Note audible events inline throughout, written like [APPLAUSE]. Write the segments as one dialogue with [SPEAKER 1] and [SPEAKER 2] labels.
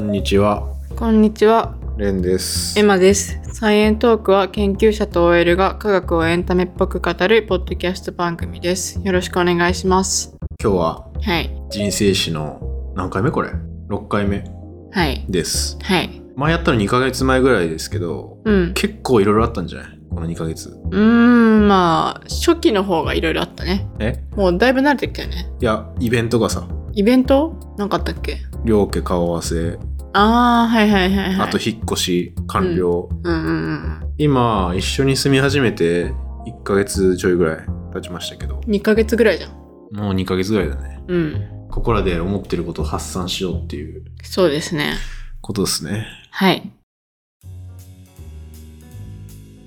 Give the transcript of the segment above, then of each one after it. [SPEAKER 1] んにちは、
[SPEAKER 2] こんにちは、
[SPEAKER 1] レンです
[SPEAKER 2] エ。マです。サイエントークは研究者と OL が科学をエンタメっぽく語るポッドキャスト番組です。よろしくお願いします。
[SPEAKER 1] 今日は
[SPEAKER 2] はい、
[SPEAKER 1] 人生史の何回目これ ?6 回目
[SPEAKER 2] はい、
[SPEAKER 1] です。
[SPEAKER 2] はい。
[SPEAKER 1] 前やったの2ヶ月前ぐらいですけど、
[SPEAKER 2] うん。
[SPEAKER 1] 結構いろいろあったんじゃないこの2ヶ月。
[SPEAKER 2] うーん、まあ、初期の方がいろいろあったね。
[SPEAKER 1] え
[SPEAKER 2] もうだいぶ慣れてきたよね。
[SPEAKER 1] いや、イベントがさ、
[SPEAKER 2] イベントなんかあったっけ
[SPEAKER 1] 両家顔合わせ、
[SPEAKER 2] ああ、はいはいはいはい。
[SPEAKER 1] あと引っ越し完了。
[SPEAKER 2] うんうんうん。
[SPEAKER 1] 今、一緒に住み始めて1ヶ月ちょいぐらい経ちましたけど、
[SPEAKER 2] 2ヶ月ぐらいじゃん。
[SPEAKER 1] もう2ヶ月ぐらいだね。
[SPEAKER 2] うん。
[SPEAKER 1] ここらで思ってることを発散しようっていう
[SPEAKER 2] そうですね。
[SPEAKER 1] ことですね。
[SPEAKER 2] はい。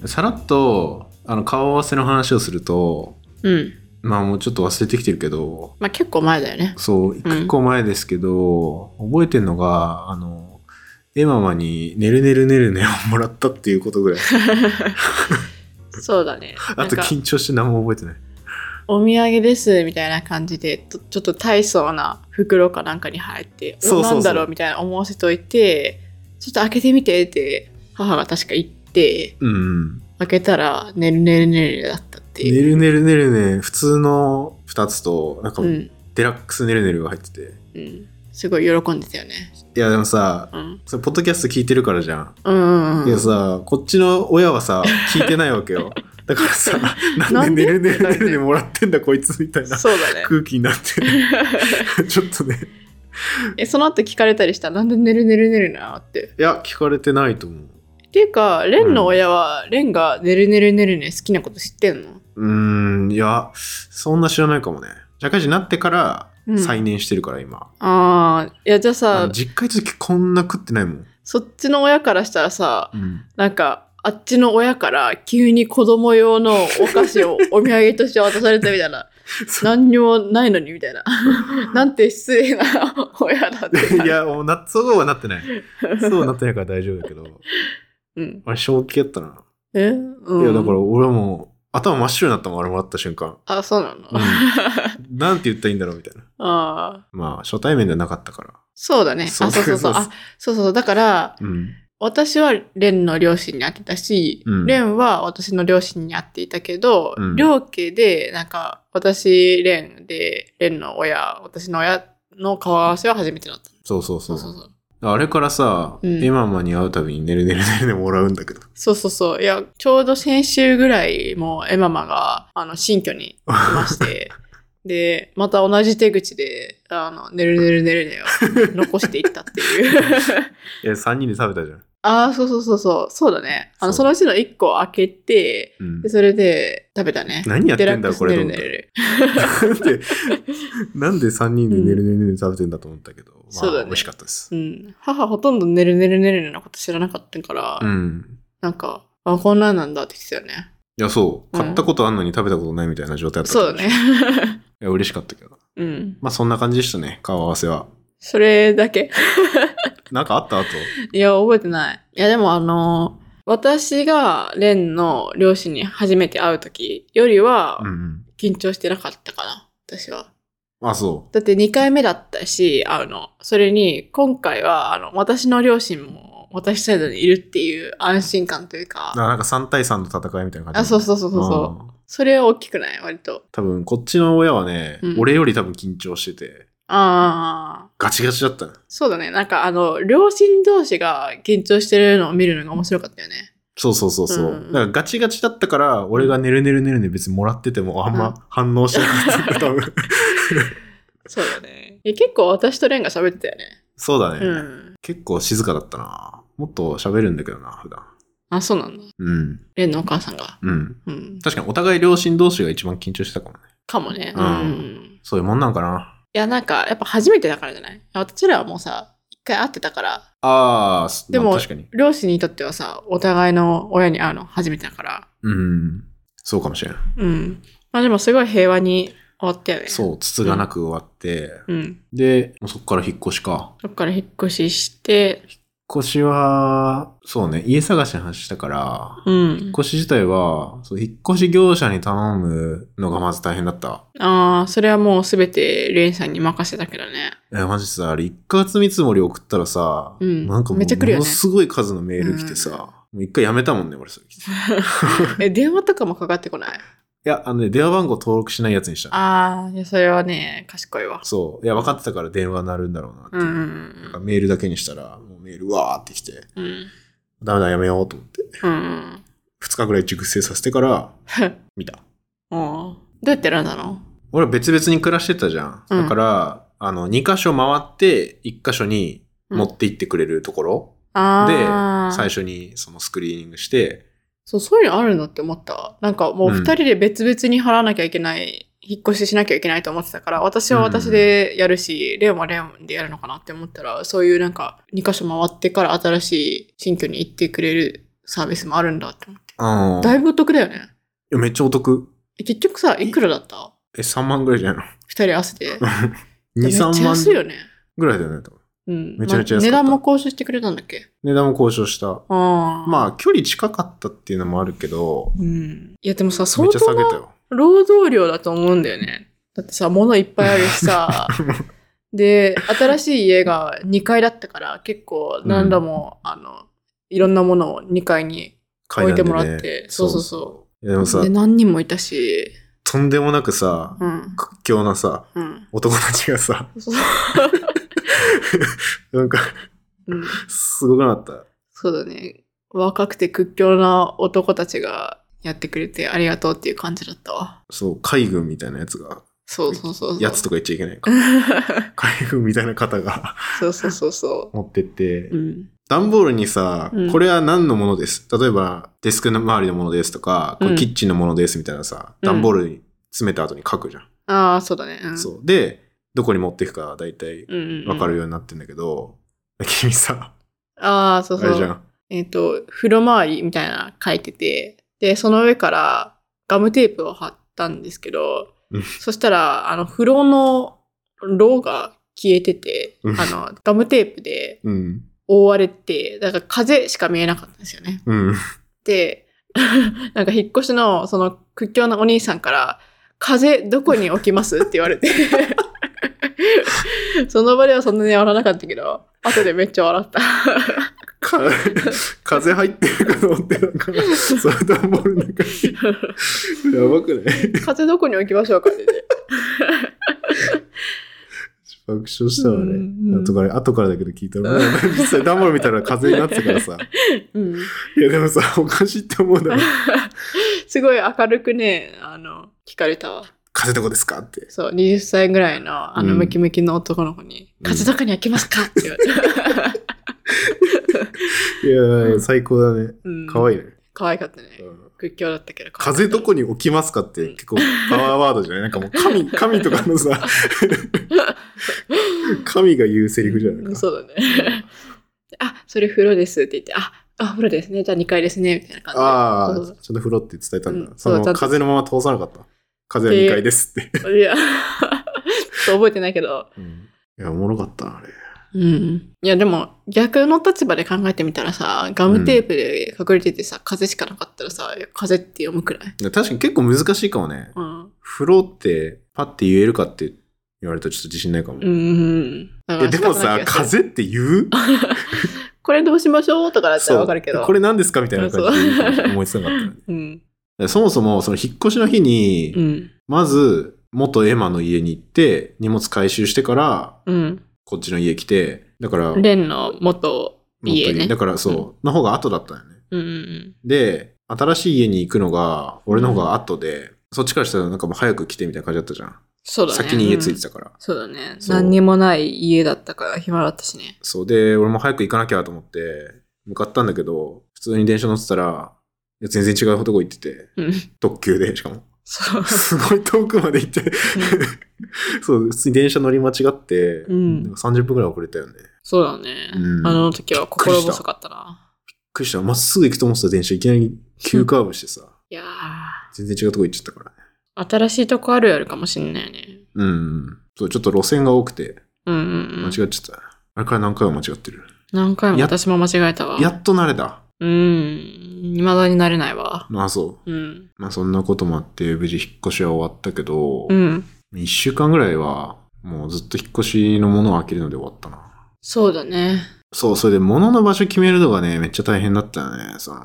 [SPEAKER 1] さらっとあの顔合わせの話をすると
[SPEAKER 2] うん。
[SPEAKER 1] まあもうちょっと忘れてきてるけど
[SPEAKER 2] まあ結構前だよね。
[SPEAKER 1] そう結構前ですけど、覚えてんのがあのエママに「ねるねるねるね」をもらったっていうことぐら [LAUGHS] い
[SPEAKER 2] そうだね。な
[SPEAKER 1] あ
[SPEAKER 2] ん
[SPEAKER 1] と
[SPEAKER 2] か
[SPEAKER 1] 緊張して何も覚えてない
[SPEAKER 2] お土産ですみたいな感じでちょちょっと大層な袋かなんかに入ってお
[SPEAKER 1] そうそうそう
[SPEAKER 2] なんだろうみたいな思わせといてちょっと開けてみてって母が確か言って
[SPEAKER 1] うん
[SPEAKER 2] 開けたら「ねるねるねるね」だったっ
[SPEAKER 1] 「
[SPEAKER 2] て
[SPEAKER 1] ね
[SPEAKER 2] いう、
[SPEAKER 1] るねるねるね」普通の2つとなんか
[SPEAKER 2] うん
[SPEAKER 1] デラックスねるねるが入ってて、
[SPEAKER 2] うん、すごい喜んでたよね
[SPEAKER 1] いやでもさ
[SPEAKER 2] うん
[SPEAKER 1] それポッドキャスト聞いてるからじゃん、
[SPEAKER 2] うんうん
[SPEAKER 1] いうや
[SPEAKER 2] ん
[SPEAKER 1] さこっちの親はさ聞いてないわけ [LAUGHS] よだからさなんで「ねるねるねるね」もらってんだこいつみたいな
[SPEAKER 2] そうだね [LAUGHS]
[SPEAKER 1] 空気になってるちょっとね
[SPEAKER 2] えその後聞かれたりしたなんで「ねるねるねるな」って
[SPEAKER 1] いや聞かれてないと思う
[SPEAKER 2] っていうかレンの親は、レンが「ねるねるねるね」好きなこと知ってんの
[SPEAKER 1] うーんいやそんな知らないかもね社会人になってから
[SPEAKER 2] うん
[SPEAKER 1] 再燃してるから今、
[SPEAKER 2] ああいやじゃあ
[SPEAKER 1] あ
[SPEAKER 2] さ
[SPEAKER 1] の実家行った時こんな食ってないもん、
[SPEAKER 2] そっちの親からしたらさ、
[SPEAKER 1] うん、
[SPEAKER 2] なんか、あっちの親から急に子供用のお菓子をお土産として渡されたみた
[SPEAKER 1] [LAUGHS]
[SPEAKER 2] いな。何にもないのにみたいな。なんて失礼な親だって。
[SPEAKER 1] [LAUGHS] いやもうなそうはなってないそうはなってないから大丈夫だけど
[SPEAKER 2] [LAUGHS] うん。
[SPEAKER 1] あれ衝撃やったな、
[SPEAKER 2] えうん。
[SPEAKER 1] いやだから俺はもう頭真っ白になったもんあれもらった瞬
[SPEAKER 2] [LAUGHS]
[SPEAKER 1] 間、
[SPEAKER 2] あ、そうなの、
[SPEAKER 1] うん、なんて言ったらいいんだろうみたいな
[SPEAKER 2] ああ。
[SPEAKER 1] まあ初対面ではなかったから
[SPEAKER 2] そうだね。あ、
[SPEAKER 1] そ
[SPEAKER 2] そううそうそう。あ、そうそう。だから、
[SPEAKER 1] うん
[SPEAKER 2] 私はレンの両親に会ってたし、
[SPEAKER 1] うん
[SPEAKER 2] レンは私の両親に会っていたけど、
[SPEAKER 1] うん
[SPEAKER 2] 両家で、なんか、私、レンで、レンの親、私の親の顔合わせは初めてだった。
[SPEAKER 1] そうそうそう
[SPEAKER 2] そうそうそう。
[SPEAKER 1] あれからさ、
[SPEAKER 2] うん
[SPEAKER 1] エママに会うたびに「ねるねるねるね」もらうんだけど
[SPEAKER 2] そうそうそう。いや、ちょうど先週ぐらいもエママが、あの、新居に来ま
[SPEAKER 1] [LAUGHS]
[SPEAKER 2] して、で、また同じ手口で、あの、ねるねるねるねを
[SPEAKER 1] [LAUGHS]
[SPEAKER 2] 残していったっていう。
[SPEAKER 1] え、3人で食べたじゃん。
[SPEAKER 2] ああ、そうそうそうそう。そうだね。あの、
[SPEAKER 1] そう
[SPEAKER 2] そのうちの1個開けて、
[SPEAKER 1] うん
[SPEAKER 2] で、それで食べたね。
[SPEAKER 1] 何やってん
[SPEAKER 2] デラ
[SPEAKER 1] だ
[SPEAKER 2] ックス
[SPEAKER 1] これ
[SPEAKER 2] ね
[SPEAKER 1] と
[SPEAKER 2] る
[SPEAKER 1] 思っ
[SPEAKER 2] ね
[SPEAKER 1] た
[SPEAKER 2] るねる。
[SPEAKER 1] なんで、なんで3人で寝る寝る寝る食べてんだと思ったけど、ま
[SPEAKER 2] そう
[SPEAKER 1] あ、
[SPEAKER 2] だね
[SPEAKER 1] 美味しかったです
[SPEAKER 2] う。ん。母ほとんどねるねるねるねのこと知らなかったから、
[SPEAKER 1] うん。
[SPEAKER 2] なんか、あ、こんなんなんだって言ってたよね。
[SPEAKER 1] いや、そう。
[SPEAKER 2] うん
[SPEAKER 1] 買ったことあんのに食べたことないみたいな状態だったから
[SPEAKER 2] そうだね。
[SPEAKER 1] い
[SPEAKER 2] [LAUGHS]
[SPEAKER 1] や、嬉しかったけど。
[SPEAKER 2] うん。
[SPEAKER 1] まあ、そんな感じでしたね、顔合わせは。
[SPEAKER 2] それだけ
[SPEAKER 1] なんかあったあと
[SPEAKER 2] いや、覚えてない。いや、でもあの、私がレンの両親に初めて会う時よりは
[SPEAKER 1] うんうん。
[SPEAKER 2] 緊張してなかったかな、私は。
[SPEAKER 1] あ、そ
[SPEAKER 2] だって2回目だったし、会うの。それに、今回は、あの、私の両親も私サイドにいるっていう安心感という
[SPEAKER 1] う。
[SPEAKER 2] か、
[SPEAKER 1] ななんか3対3の戦いみたいな感じ。
[SPEAKER 2] あ、そうそうそうそうそう。
[SPEAKER 1] ん
[SPEAKER 2] それは大きくない割と。
[SPEAKER 1] 多分、こっちの親はね、
[SPEAKER 2] うん
[SPEAKER 1] 俺より多分緊張してて、
[SPEAKER 2] ああ、
[SPEAKER 1] ガチガチだったね。
[SPEAKER 2] そうだね。なんかあの、両親同士が緊張してるのを見るのが面白かったよね。
[SPEAKER 1] そうそうそうそう。
[SPEAKER 2] うんうん
[SPEAKER 1] だからガチガチだったから、俺がねるねるねるね別にもらっててもあん
[SPEAKER 2] うん
[SPEAKER 1] ま反応しなかった、多分。
[SPEAKER 2] そうだね。いや結構私とレンが喋ってたよね。
[SPEAKER 1] そうだね、
[SPEAKER 2] うん。
[SPEAKER 1] 結構静かだったな。もっと喋るんだけどな、普段。
[SPEAKER 2] あ、そうなんだ。
[SPEAKER 1] うん。
[SPEAKER 2] レンのお母さんが。
[SPEAKER 1] うん。
[SPEAKER 2] うん。
[SPEAKER 1] 確かにお互い両親同士が一番緊張してたかもね。
[SPEAKER 2] かもね。
[SPEAKER 1] う
[SPEAKER 2] うんん。
[SPEAKER 1] そういうもんなんかな。
[SPEAKER 2] いや、なんか、やっぱ初めてだからじゃない私らはもうさ、一回会ってたから、
[SPEAKER 1] ああ、す
[SPEAKER 2] でも
[SPEAKER 1] まあ確かに。
[SPEAKER 2] 両親にとってはさ、お互いの親に会うの初めてだから。
[SPEAKER 1] うん。そうかもしれん。
[SPEAKER 2] うん。まあでもすごい平和に終わったよね。う。
[SPEAKER 1] そう、つつがなく終わって、
[SPEAKER 2] うん。
[SPEAKER 1] で、もうそこから引っ越しか。
[SPEAKER 2] そっから引っ越しして、
[SPEAKER 1] 越しは、そうね、家探しの話したから、
[SPEAKER 2] うん
[SPEAKER 1] 引っ。越し自体は、そう引っ越し業者に頼むのがまず大変だった。
[SPEAKER 2] ああ、それはもうすべてレンさんに任せたけど [LAUGHS] ね。
[SPEAKER 1] え、マジさ、あれ、1ヶ月見積もり送ったらさ、
[SPEAKER 2] うん
[SPEAKER 1] なんかもう、
[SPEAKER 2] めっちゃ来るよ
[SPEAKER 1] も
[SPEAKER 2] ね
[SPEAKER 1] のすごい数のメール来てさ、もう一回やめたもんね、俺それ来て。
[SPEAKER 2] [LAUGHS]
[SPEAKER 1] い
[SPEAKER 2] え、電話とかもかかってこない
[SPEAKER 1] や、あのね、電話番号登録しないやつにした。
[SPEAKER 2] ああ、いや、それはね、賢いわ。
[SPEAKER 1] そう。いや、分かってたから電話鳴るんだろうなって
[SPEAKER 2] う
[SPEAKER 1] い
[SPEAKER 2] んう
[SPEAKER 1] う。
[SPEAKER 2] ん
[SPEAKER 1] なんかメールだけにしたら、もうメールわーって来て、
[SPEAKER 2] うん。うん。
[SPEAKER 1] ダメだ、やめようと思って。
[SPEAKER 2] うん
[SPEAKER 1] 2日ぐらい熟成させてから、
[SPEAKER 2] うん。
[SPEAKER 1] 見
[SPEAKER 2] [LAUGHS]
[SPEAKER 1] た。
[SPEAKER 2] おうどうやって選んだの
[SPEAKER 1] 俺は別々に暮らしてたじゃん。
[SPEAKER 2] うん
[SPEAKER 1] だから、あの、2箇所回って、1箇所に持って行ってくれるところ。で
[SPEAKER 2] ああ。、
[SPEAKER 1] 最初にそのスクリーニングして、
[SPEAKER 2] そう、そういうのあるんだって思った。なんかもう
[SPEAKER 1] うん
[SPEAKER 2] 二人で別々に払わなきゃいけない、引っ越ししなきゃいけないと思ってたから、私は私でやるし、レオンはレオンでやるのかなって思ったら、そういうなんか2箇所回ってから新しい新居に行ってくれるサービスもあるんだって思って。
[SPEAKER 1] うん。
[SPEAKER 2] だいぶお得だよね。
[SPEAKER 1] いやめっちゃお得。
[SPEAKER 2] え結局さ、いくらだった
[SPEAKER 1] え、3万ぐらいじゃない
[SPEAKER 2] 二人合わせて。
[SPEAKER 1] の ?2、
[SPEAKER 2] めっちゃ
[SPEAKER 1] 3
[SPEAKER 2] 安いよ
[SPEAKER 1] 万
[SPEAKER 2] ね。
[SPEAKER 1] ぐらいだよね、多分
[SPEAKER 2] うん。
[SPEAKER 1] めちゃめちゃ安かった
[SPEAKER 2] まあ値段も交渉してくれたんだっけ
[SPEAKER 1] 値段も交渉した。
[SPEAKER 2] ああ。
[SPEAKER 1] まあ、距離近かったっていうのもあるけど、
[SPEAKER 2] うん。いや、でもさ、
[SPEAKER 1] め
[SPEAKER 2] 相
[SPEAKER 1] っちゃ下
[SPEAKER 2] 当
[SPEAKER 1] げ
[SPEAKER 2] な
[SPEAKER 1] たよ。
[SPEAKER 2] 労働量だと思うんだよね。だってさ、物いっぱいある
[SPEAKER 1] [LAUGHS]
[SPEAKER 2] しさ。で、新しい家が2階だったから、結構何度も、あの、いろんなものを2階に。
[SPEAKER 1] 階段でね。
[SPEAKER 2] 置いてもらってそうそうそう
[SPEAKER 1] いやでもさ
[SPEAKER 2] で、、何人もいたし。
[SPEAKER 1] とんでもなくさ、
[SPEAKER 2] うん。
[SPEAKER 1] 屈強なさ、 [LAUGHS]
[SPEAKER 2] うん。
[SPEAKER 1] 男たちがさ、
[SPEAKER 2] そう
[SPEAKER 1] なんか、
[SPEAKER 2] うん
[SPEAKER 1] すごくなかった。
[SPEAKER 2] そうだね。若くて屈強な男たちがやってくれてありがとうっていう感じだったわ。
[SPEAKER 1] そう、海軍みたいなやつが、
[SPEAKER 2] そうそうそうそう。
[SPEAKER 1] やつとか言っちゃいけないから。海軍みたいな方が
[SPEAKER 2] [LAUGHS]
[SPEAKER 1] [LAUGHS]
[SPEAKER 2] そうそうそうそ
[SPEAKER 1] 持ってって
[SPEAKER 2] う。う、ん。
[SPEAKER 1] 段ボールにさ
[SPEAKER 2] うん、
[SPEAKER 1] これは何のものです。例えば、デスクの周りのものですとか、こ
[SPEAKER 2] う
[SPEAKER 1] れ
[SPEAKER 2] ん
[SPEAKER 1] キッチンのものですみたいなさ、
[SPEAKER 2] うん
[SPEAKER 1] 段ボールに詰めた後に書くじゃん。
[SPEAKER 2] ああ、そうだね。うん。
[SPEAKER 1] そう。で、どこに持っていくか大体
[SPEAKER 2] うんうんうん、
[SPEAKER 1] わかるようになってんだけど、君さ、
[SPEAKER 2] ああ、そう
[SPEAKER 1] あ
[SPEAKER 2] そう。
[SPEAKER 1] れじゃん。
[SPEAKER 2] えっ、と、風呂周りみたいなの書いてて、で、その上からガムテープを貼ったんですけど
[SPEAKER 1] うん、
[SPEAKER 2] そしたら、あの、風呂のローが消えてて、
[SPEAKER 1] うん
[SPEAKER 2] あの、ガムテープで
[SPEAKER 1] うん。
[SPEAKER 2] 覆われて、だから風しか見えなかったんですよね。 [LAUGHS]
[SPEAKER 1] うん。
[SPEAKER 2] で、なんか引っ越しのその屈強なお兄さんから、風どこに置きますって言われて。 [LAUGHS] その場ではそんなに笑わなかったけど、後でめっちゃ笑った。 [LAUGHS]
[SPEAKER 1] か風入ってるかと思って、なんか、それ段ボールの中に。やばくない
[SPEAKER 2] 風どこに置きましょうかってね。
[SPEAKER 1] 爆笑したわ
[SPEAKER 2] う
[SPEAKER 1] ね
[SPEAKER 2] んうん。
[SPEAKER 1] 後から、後からだけど聞いたら、もう実際段ボール見たら風になってたからさ。
[SPEAKER 2] うん
[SPEAKER 1] いや、でもさ、おかしいって思うだろ。
[SPEAKER 2] すごい明るくね、あの、聞かれたわ。
[SPEAKER 1] 風どこですかって。
[SPEAKER 2] そう、20歳ぐらいの、あの、
[SPEAKER 1] うん
[SPEAKER 2] ムキムキの男の子に、
[SPEAKER 1] うん
[SPEAKER 2] 風とかに開けますかって言われた。
[SPEAKER 1] いや、最高だね。
[SPEAKER 2] うん
[SPEAKER 1] [LAUGHS] 可愛いね。
[SPEAKER 2] 可愛かったね。
[SPEAKER 1] うん
[SPEAKER 2] 屈強だったけど。
[SPEAKER 1] 風どこに置きますかって結構パワーワードじゃないなんかもう
[SPEAKER 2] [LAUGHS]
[SPEAKER 1] 神、神とかのさ、神が言うセリフじゃない
[SPEAKER 2] うん
[SPEAKER 1] か。
[SPEAKER 2] そうだね。あ、それ風呂ですって言って、あ、あ、風呂ですね。じゃあ2階ですね。みたいな感じで。
[SPEAKER 1] ああ、
[SPEAKER 2] そう
[SPEAKER 1] ちゃんと風呂って伝えたんだ。
[SPEAKER 2] うん
[SPEAKER 1] そ
[SPEAKER 2] そうちゃ
[SPEAKER 1] の
[SPEAKER 2] んと
[SPEAKER 1] 風のまま通さなかった。風は2階ですって。
[SPEAKER 2] いや、ちょ [LAUGHS] っと覚えてないけど。
[SPEAKER 1] うんいや、おもろかったな、あれ。
[SPEAKER 2] うん。いや、でも、逆の立場で考えてみたらさ、ガムテープで隠れててさ、風しかなかったらさ、風って読むくら
[SPEAKER 1] 確
[SPEAKER 2] い。
[SPEAKER 1] かに結構難しいかもね。
[SPEAKER 2] うん。
[SPEAKER 1] 風呂ってパッて言えるかって言われたらちょっと自信ないかも。
[SPEAKER 2] うんうんうん。
[SPEAKER 1] いやでもさ、風
[SPEAKER 2] 風
[SPEAKER 1] って言う
[SPEAKER 2] これどうしましょうとかだったらわかるけど。
[SPEAKER 1] これ何ですかみたいな感じで思いつかなかったよね、
[SPEAKER 2] うん。
[SPEAKER 1] そもそも、その引っ越しの日に、
[SPEAKER 2] うん。
[SPEAKER 1] まず、元エマの家に行って、荷物回収してから、
[SPEAKER 2] うん。
[SPEAKER 1] こっちの家来て、だから、
[SPEAKER 2] レンの元
[SPEAKER 1] もっといい
[SPEAKER 2] 家ね。
[SPEAKER 1] だからそう、の方が後だったよね。
[SPEAKER 2] うんうん
[SPEAKER 1] で、新しい家に行くのが、俺の方が後で、そっちからしたらなんかもう早く来てみたいな感じだったじゃん。
[SPEAKER 2] そうだね。
[SPEAKER 1] 先に家着いて
[SPEAKER 2] た。
[SPEAKER 1] たから。
[SPEAKER 2] そうだね。
[SPEAKER 1] そう
[SPEAKER 2] 何にもない家だったから暇だったしね。
[SPEAKER 1] そうで、俺も早く行かなきゃと思って、向かったんだけど、普通に電車乗ってたら、いや全然違うとこ行ってて、
[SPEAKER 2] うん。
[SPEAKER 1] 特急で、しかも。
[SPEAKER 2] そう。
[SPEAKER 1] すごい遠くまで行って、 [LAUGHS] そう、普通に電車乗り間違って、
[SPEAKER 2] うん
[SPEAKER 1] なんか30分くらい遅れたよね。びっ
[SPEAKER 2] そうだね。
[SPEAKER 1] うん
[SPEAKER 2] あの時は
[SPEAKER 1] くり
[SPEAKER 2] 心
[SPEAKER 1] した
[SPEAKER 2] 細かったな。
[SPEAKER 1] くりした。まっすぐ行くと思ってた電車、いきなり急カーブしてさ、
[SPEAKER 2] いやー
[SPEAKER 1] 全然違うとこ行っちゃったからね。
[SPEAKER 2] 新しいとこあるあるかもしんないね。
[SPEAKER 1] うん。そう、ちょっと路線が多くて、
[SPEAKER 2] うん
[SPEAKER 1] 間違
[SPEAKER 2] うん
[SPEAKER 1] っちゃった。あれから何回も間違ってる。
[SPEAKER 2] 何回も
[SPEAKER 1] や
[SPEAKER 2] 私も間違えたわ。
[SPEAKER 1] やっと慣れた。
[SPEAKER 2] うん。未だになれないわ。
[SPEAKER 1] まあそ
[SPEAKER 2] うん。
[SPEAKER 1] う。まあそんなこともあって、無事引っ越しは終わったけど
[SPEAKER 2] う、ん。
[SPEAKER 1] 一、週間ぐらいは、もうずっと引っ越しのものを開けるので終わったな。
[SPEAKER 2] そうだね。
[SPEAKER 1] そう、それで物の場所決めるのがね、めっちゃ大変だったよね。その、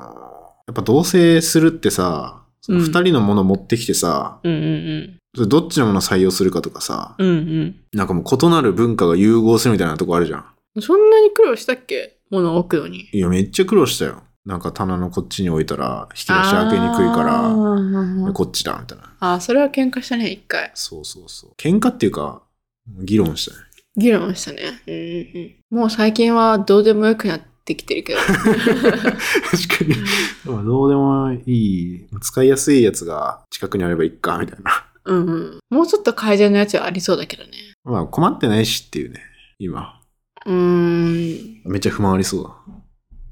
[SPEAKER 1] やっぱ同棲するってさ、その
[SPEAKER 2] うん
[SPEAKER 1] 二人のもの持ってきてさ、
[SPEAKER 2] うんうん
[SPEAKER 1] それどっちのもの採用するかとかさ、
[SPEAKER 2] うん。うん
[SPEAKER 1] なんかもう異なる文化が融合するみたいなとこあるじゃん。
[SPEAKER 2] うん。そんなに苦労したっけ物置くのに。
[SPEAKER 1] いや、めっちゃ苦労したよ。なんか棚のこっちに置いたら、引き出し開けにくいか
[SPEAKER 2] あ
[SPEAKER 1] ら、
[SPEAKER 2] ー
[SPEAKER 1] こっちだ、みたいな。
[SPEAKER 2] あー、それは喧嘩したね、一回。
[SPEAKER 1] そうそうそう。喧嘩っていうか、議論したね。
[SPEAKER 2] [LAUGHS] 議論したね。うんうん。もう最近はどうでもよくなってき
[SPEAKER 1] [LAUGHS]
[SPEAKER 2] てるけど。
[SPEAKER 1] 確かに。まあどうでもいい、使いやすいやつが近くにあればいいか、みたいな。
[SPEAKER 2] うんうん。もうちょっと改善のやつはありそうだけどね。
[SPEAKER 1] まあ困ってないしっていうね、今。
[SPEAKER 2] うーん。
[SPEAKER 1] めっちゃ不満ありそうだ。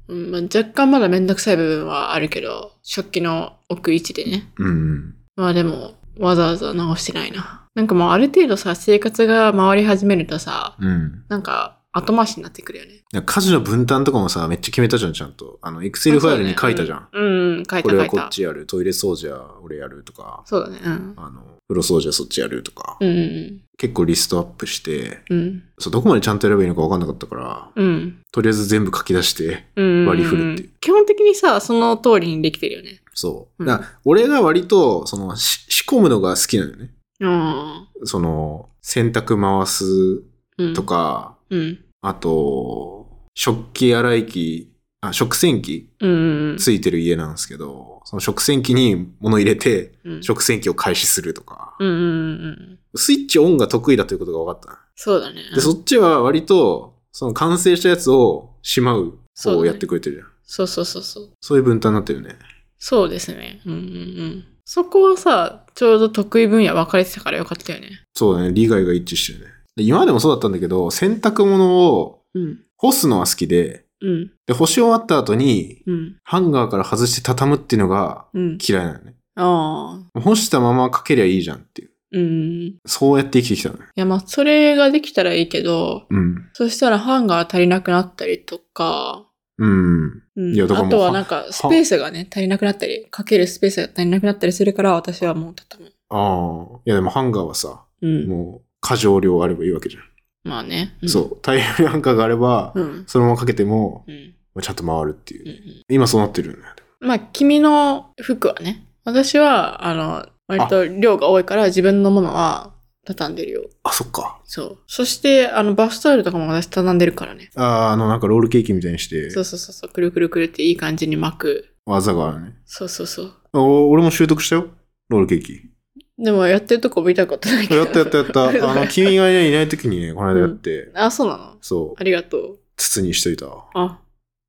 [SPEAKER 2] うんまあ、若干まだめんどくさい部分はあるけど、食器の置く位置でね。
[SPEAKER 1] うん。
[SPEAKER 2] まあでも、わざわざ直してないな。なんかもうある程度さ、生活が回り始めるとさ、
[SPEAKER 1] うん。
[SPEAKER 2] なんか後回しになってくるよね。
[SPEAKER 1] 家事の分担とかもさ、めっちゃ決めたじゃん、ちゃんと。あの、エクセルファイルに書いたじゃん。
[SPEAKER 2] うん、うん、書い
[SPEAKER 1] こ
[SPEAKER 2] た
[SPEAKER 1] れ
[SPEAKER 2] 書
[SPEAKER 1] はいこ
[SPEAKER 2] た
[SPEAKER 1] っ。ちやる、トイレ掃除は俺やるとか、
[SPEAKER 2] そうだね。うん。
[SPEAKER 1] あの、風呂掃除はそっちやるとか、
[SPEAKER 2] うんうん
[SPEAKER 1] 結構リストアップして、
[SPEAKER 2] うん。うん。
[SPEAKER 1] そう、どこまでちゃんとやればいいのか分かんなかったから、
[SPEAKER 2] うん。
[SPEAKER 1] とりあえず全部書き出して、
[SPEAKER 2] うん。
[SPEAKER 1] 割り振るってい
[SPEAKER 2] 基本的にさ、その通りにできてるよね。
[SPEAKER 1] そう。
[SPEAKER 2] うん
[SPEAKER 1] だから俺が割と、その、し仕込むのが好きなのよね。
[SPEAKER 2] うん
[SPEAKER 1] その、洗濯回す
[SPEAKER 2] うん。
[SPEAKER 1] とか、
[SPEAKER 2] うん。
[SPEAKER 1] あと、食器洗い機、あ、食洗機
[SPEAKER 2] うんうん
[SPEAKER 1] ついてる家なんですけど、その食洗機に物入れて、
[SPEAKER 2] うん。
[SPEAKER 1] 食洗機を開始するとか、
[SPEAKER 2] うんうんうんうん。
[SPEAKER 1] スイッチオンが得意だということが分かっ
[SPEAKER 2] そうだね。
[SPEAKER 1] た。で、そっちは割と、その完成したやつをしまう
[SPEAKER 2] そう
[SPEAKER 1] 方
[SPEAKER 2] だ
[SPEAKER 1] を
[SPEAKER 2] ね
[SPEAKER 1] やってくれてるじゃん。
[SPEAKER 2] そうそうそうそう。
[SPEAKER 1] そういう分担になってるね。
[SPEAKER 2] そうですね。うんうんうん。そこはさ、ちょうど得意分野分かれてたからよかったよね。
[SPEAKER 1] そうだね。利害が一致してるね。で今までもそうだったんだけど、洗濯物を
[SPEAKER 2] うん。
[SPEAKER 1] 干すのは好きで、
[SPEAKER 2] うん。
[SPEAKER 1] で、干し終わった後に、
[SPEAKER 2] うん。
[SPEAKER 1] ハンガーから外して畳むっていうのが
[SPEAKER 2] うん。
[SPEAKER 1] 嫌いなのね。
[SPEAKER 2] ああ。
[SPEAKER 1] 干したままかけりゃいいじゃんっていう。
[SPEAKER 2] うん。い
[SPEAKER 1] そうやって生きてきたのね。
[SPEAKER 2] や、まあ、それができたらいいけど、
[SPEAKER 1] うん。
[SPEAKER 2] そしたらハンガー足りなくなったりとか、
[SPEAKER 1] うん。
[SPEAKER 2] うん、
[SPEAKER 1] いやだからも
[SPEAKER 2] あ
[SPEAKER 1] う
[SPEAKER 2] とはなんか、スペースがね、足りなくなったり、かけるスペースが足りなくなったりするから、私はもう畳む。
[SPEAKER 1] ああ。いやでもハンガーはさ、
[SPEAKER 2] うん。
[SPEAKER 1] もう、過剰量あればいいわけじゃん。
[SPEAKER 2] まあね。
[SPEAKER 1] そう。大量にハンガーがあれば、
[SPEAKER 2] うん。うん。
[SPEAKER 1] そのままかけても、
[SPEAKER 2] うん。
[SPEAKER 1] ちゃんと回るっていう
[SPEAKER 2] うんう
[SPEAKER 1] ね。
[SPEAKER 2] ん。
[SPEAKER 1] 今そうなってるんだよ。
[SPEAKER 2] まあ、君の服はね、私は、あの、割と量が多いから、自分のものは畳んでるよ。
[SPEAKER 1] あ、そっか。
[SPEAKER 2] そう。そして、あの、バスタオルとかも私畳んでるからね。
[SPEAKER 1] ああ、あの、なんかロールケーキみたいにして、
[SPEAKER 2] そうそうそうそう、くるくるくるっていい感じに巻く。
[SPEAKER 1] 技があるね。
[SPEAKER 2] そうそうそう。
[SPEAKER 1] お俺も習得したよ。ロールケーキ。
[SPEAKER 2] でも、やってるとこ見たことないけど。
[SPEAKER 1] やったやったや
[SPEAKER 2] [LAUGHS]
[SPEAKER 1] った。あの、君がいない時にね、この間やって、
[SPEAKER 2] あ、そうなの
[SPEAKER 1] そう
[SPEAKER 2] あ、りがとう。
[SPEAKER 1] 筒にしといたわ。
[SPEAKER 2] あ、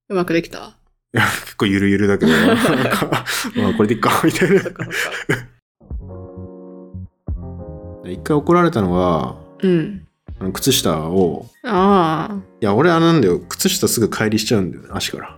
[SPEAKER 2] うまくできた
[SPEAKER 1] 結構ゆるゆるだ
[SPEAKER 2] [LAUGHS]
[SPEAKER 1] けど、なんか、まあ、これでいっか、みたいな
[SPEAKER 2] そ。っか
[SPEAKER 1] [LAUGHS]
[SPEAKER 2] そっか。
[SPEAKER 1] 一回怒られたのが、
[SPEAKER 2] うん。
[SPEAKER 1] あの靴下を、
[SPEAKER 2] ああ。
[SPEAKER 1] いや、俺あれなんだよ。靴下すぐ帰りしちゃうんだよね、足から。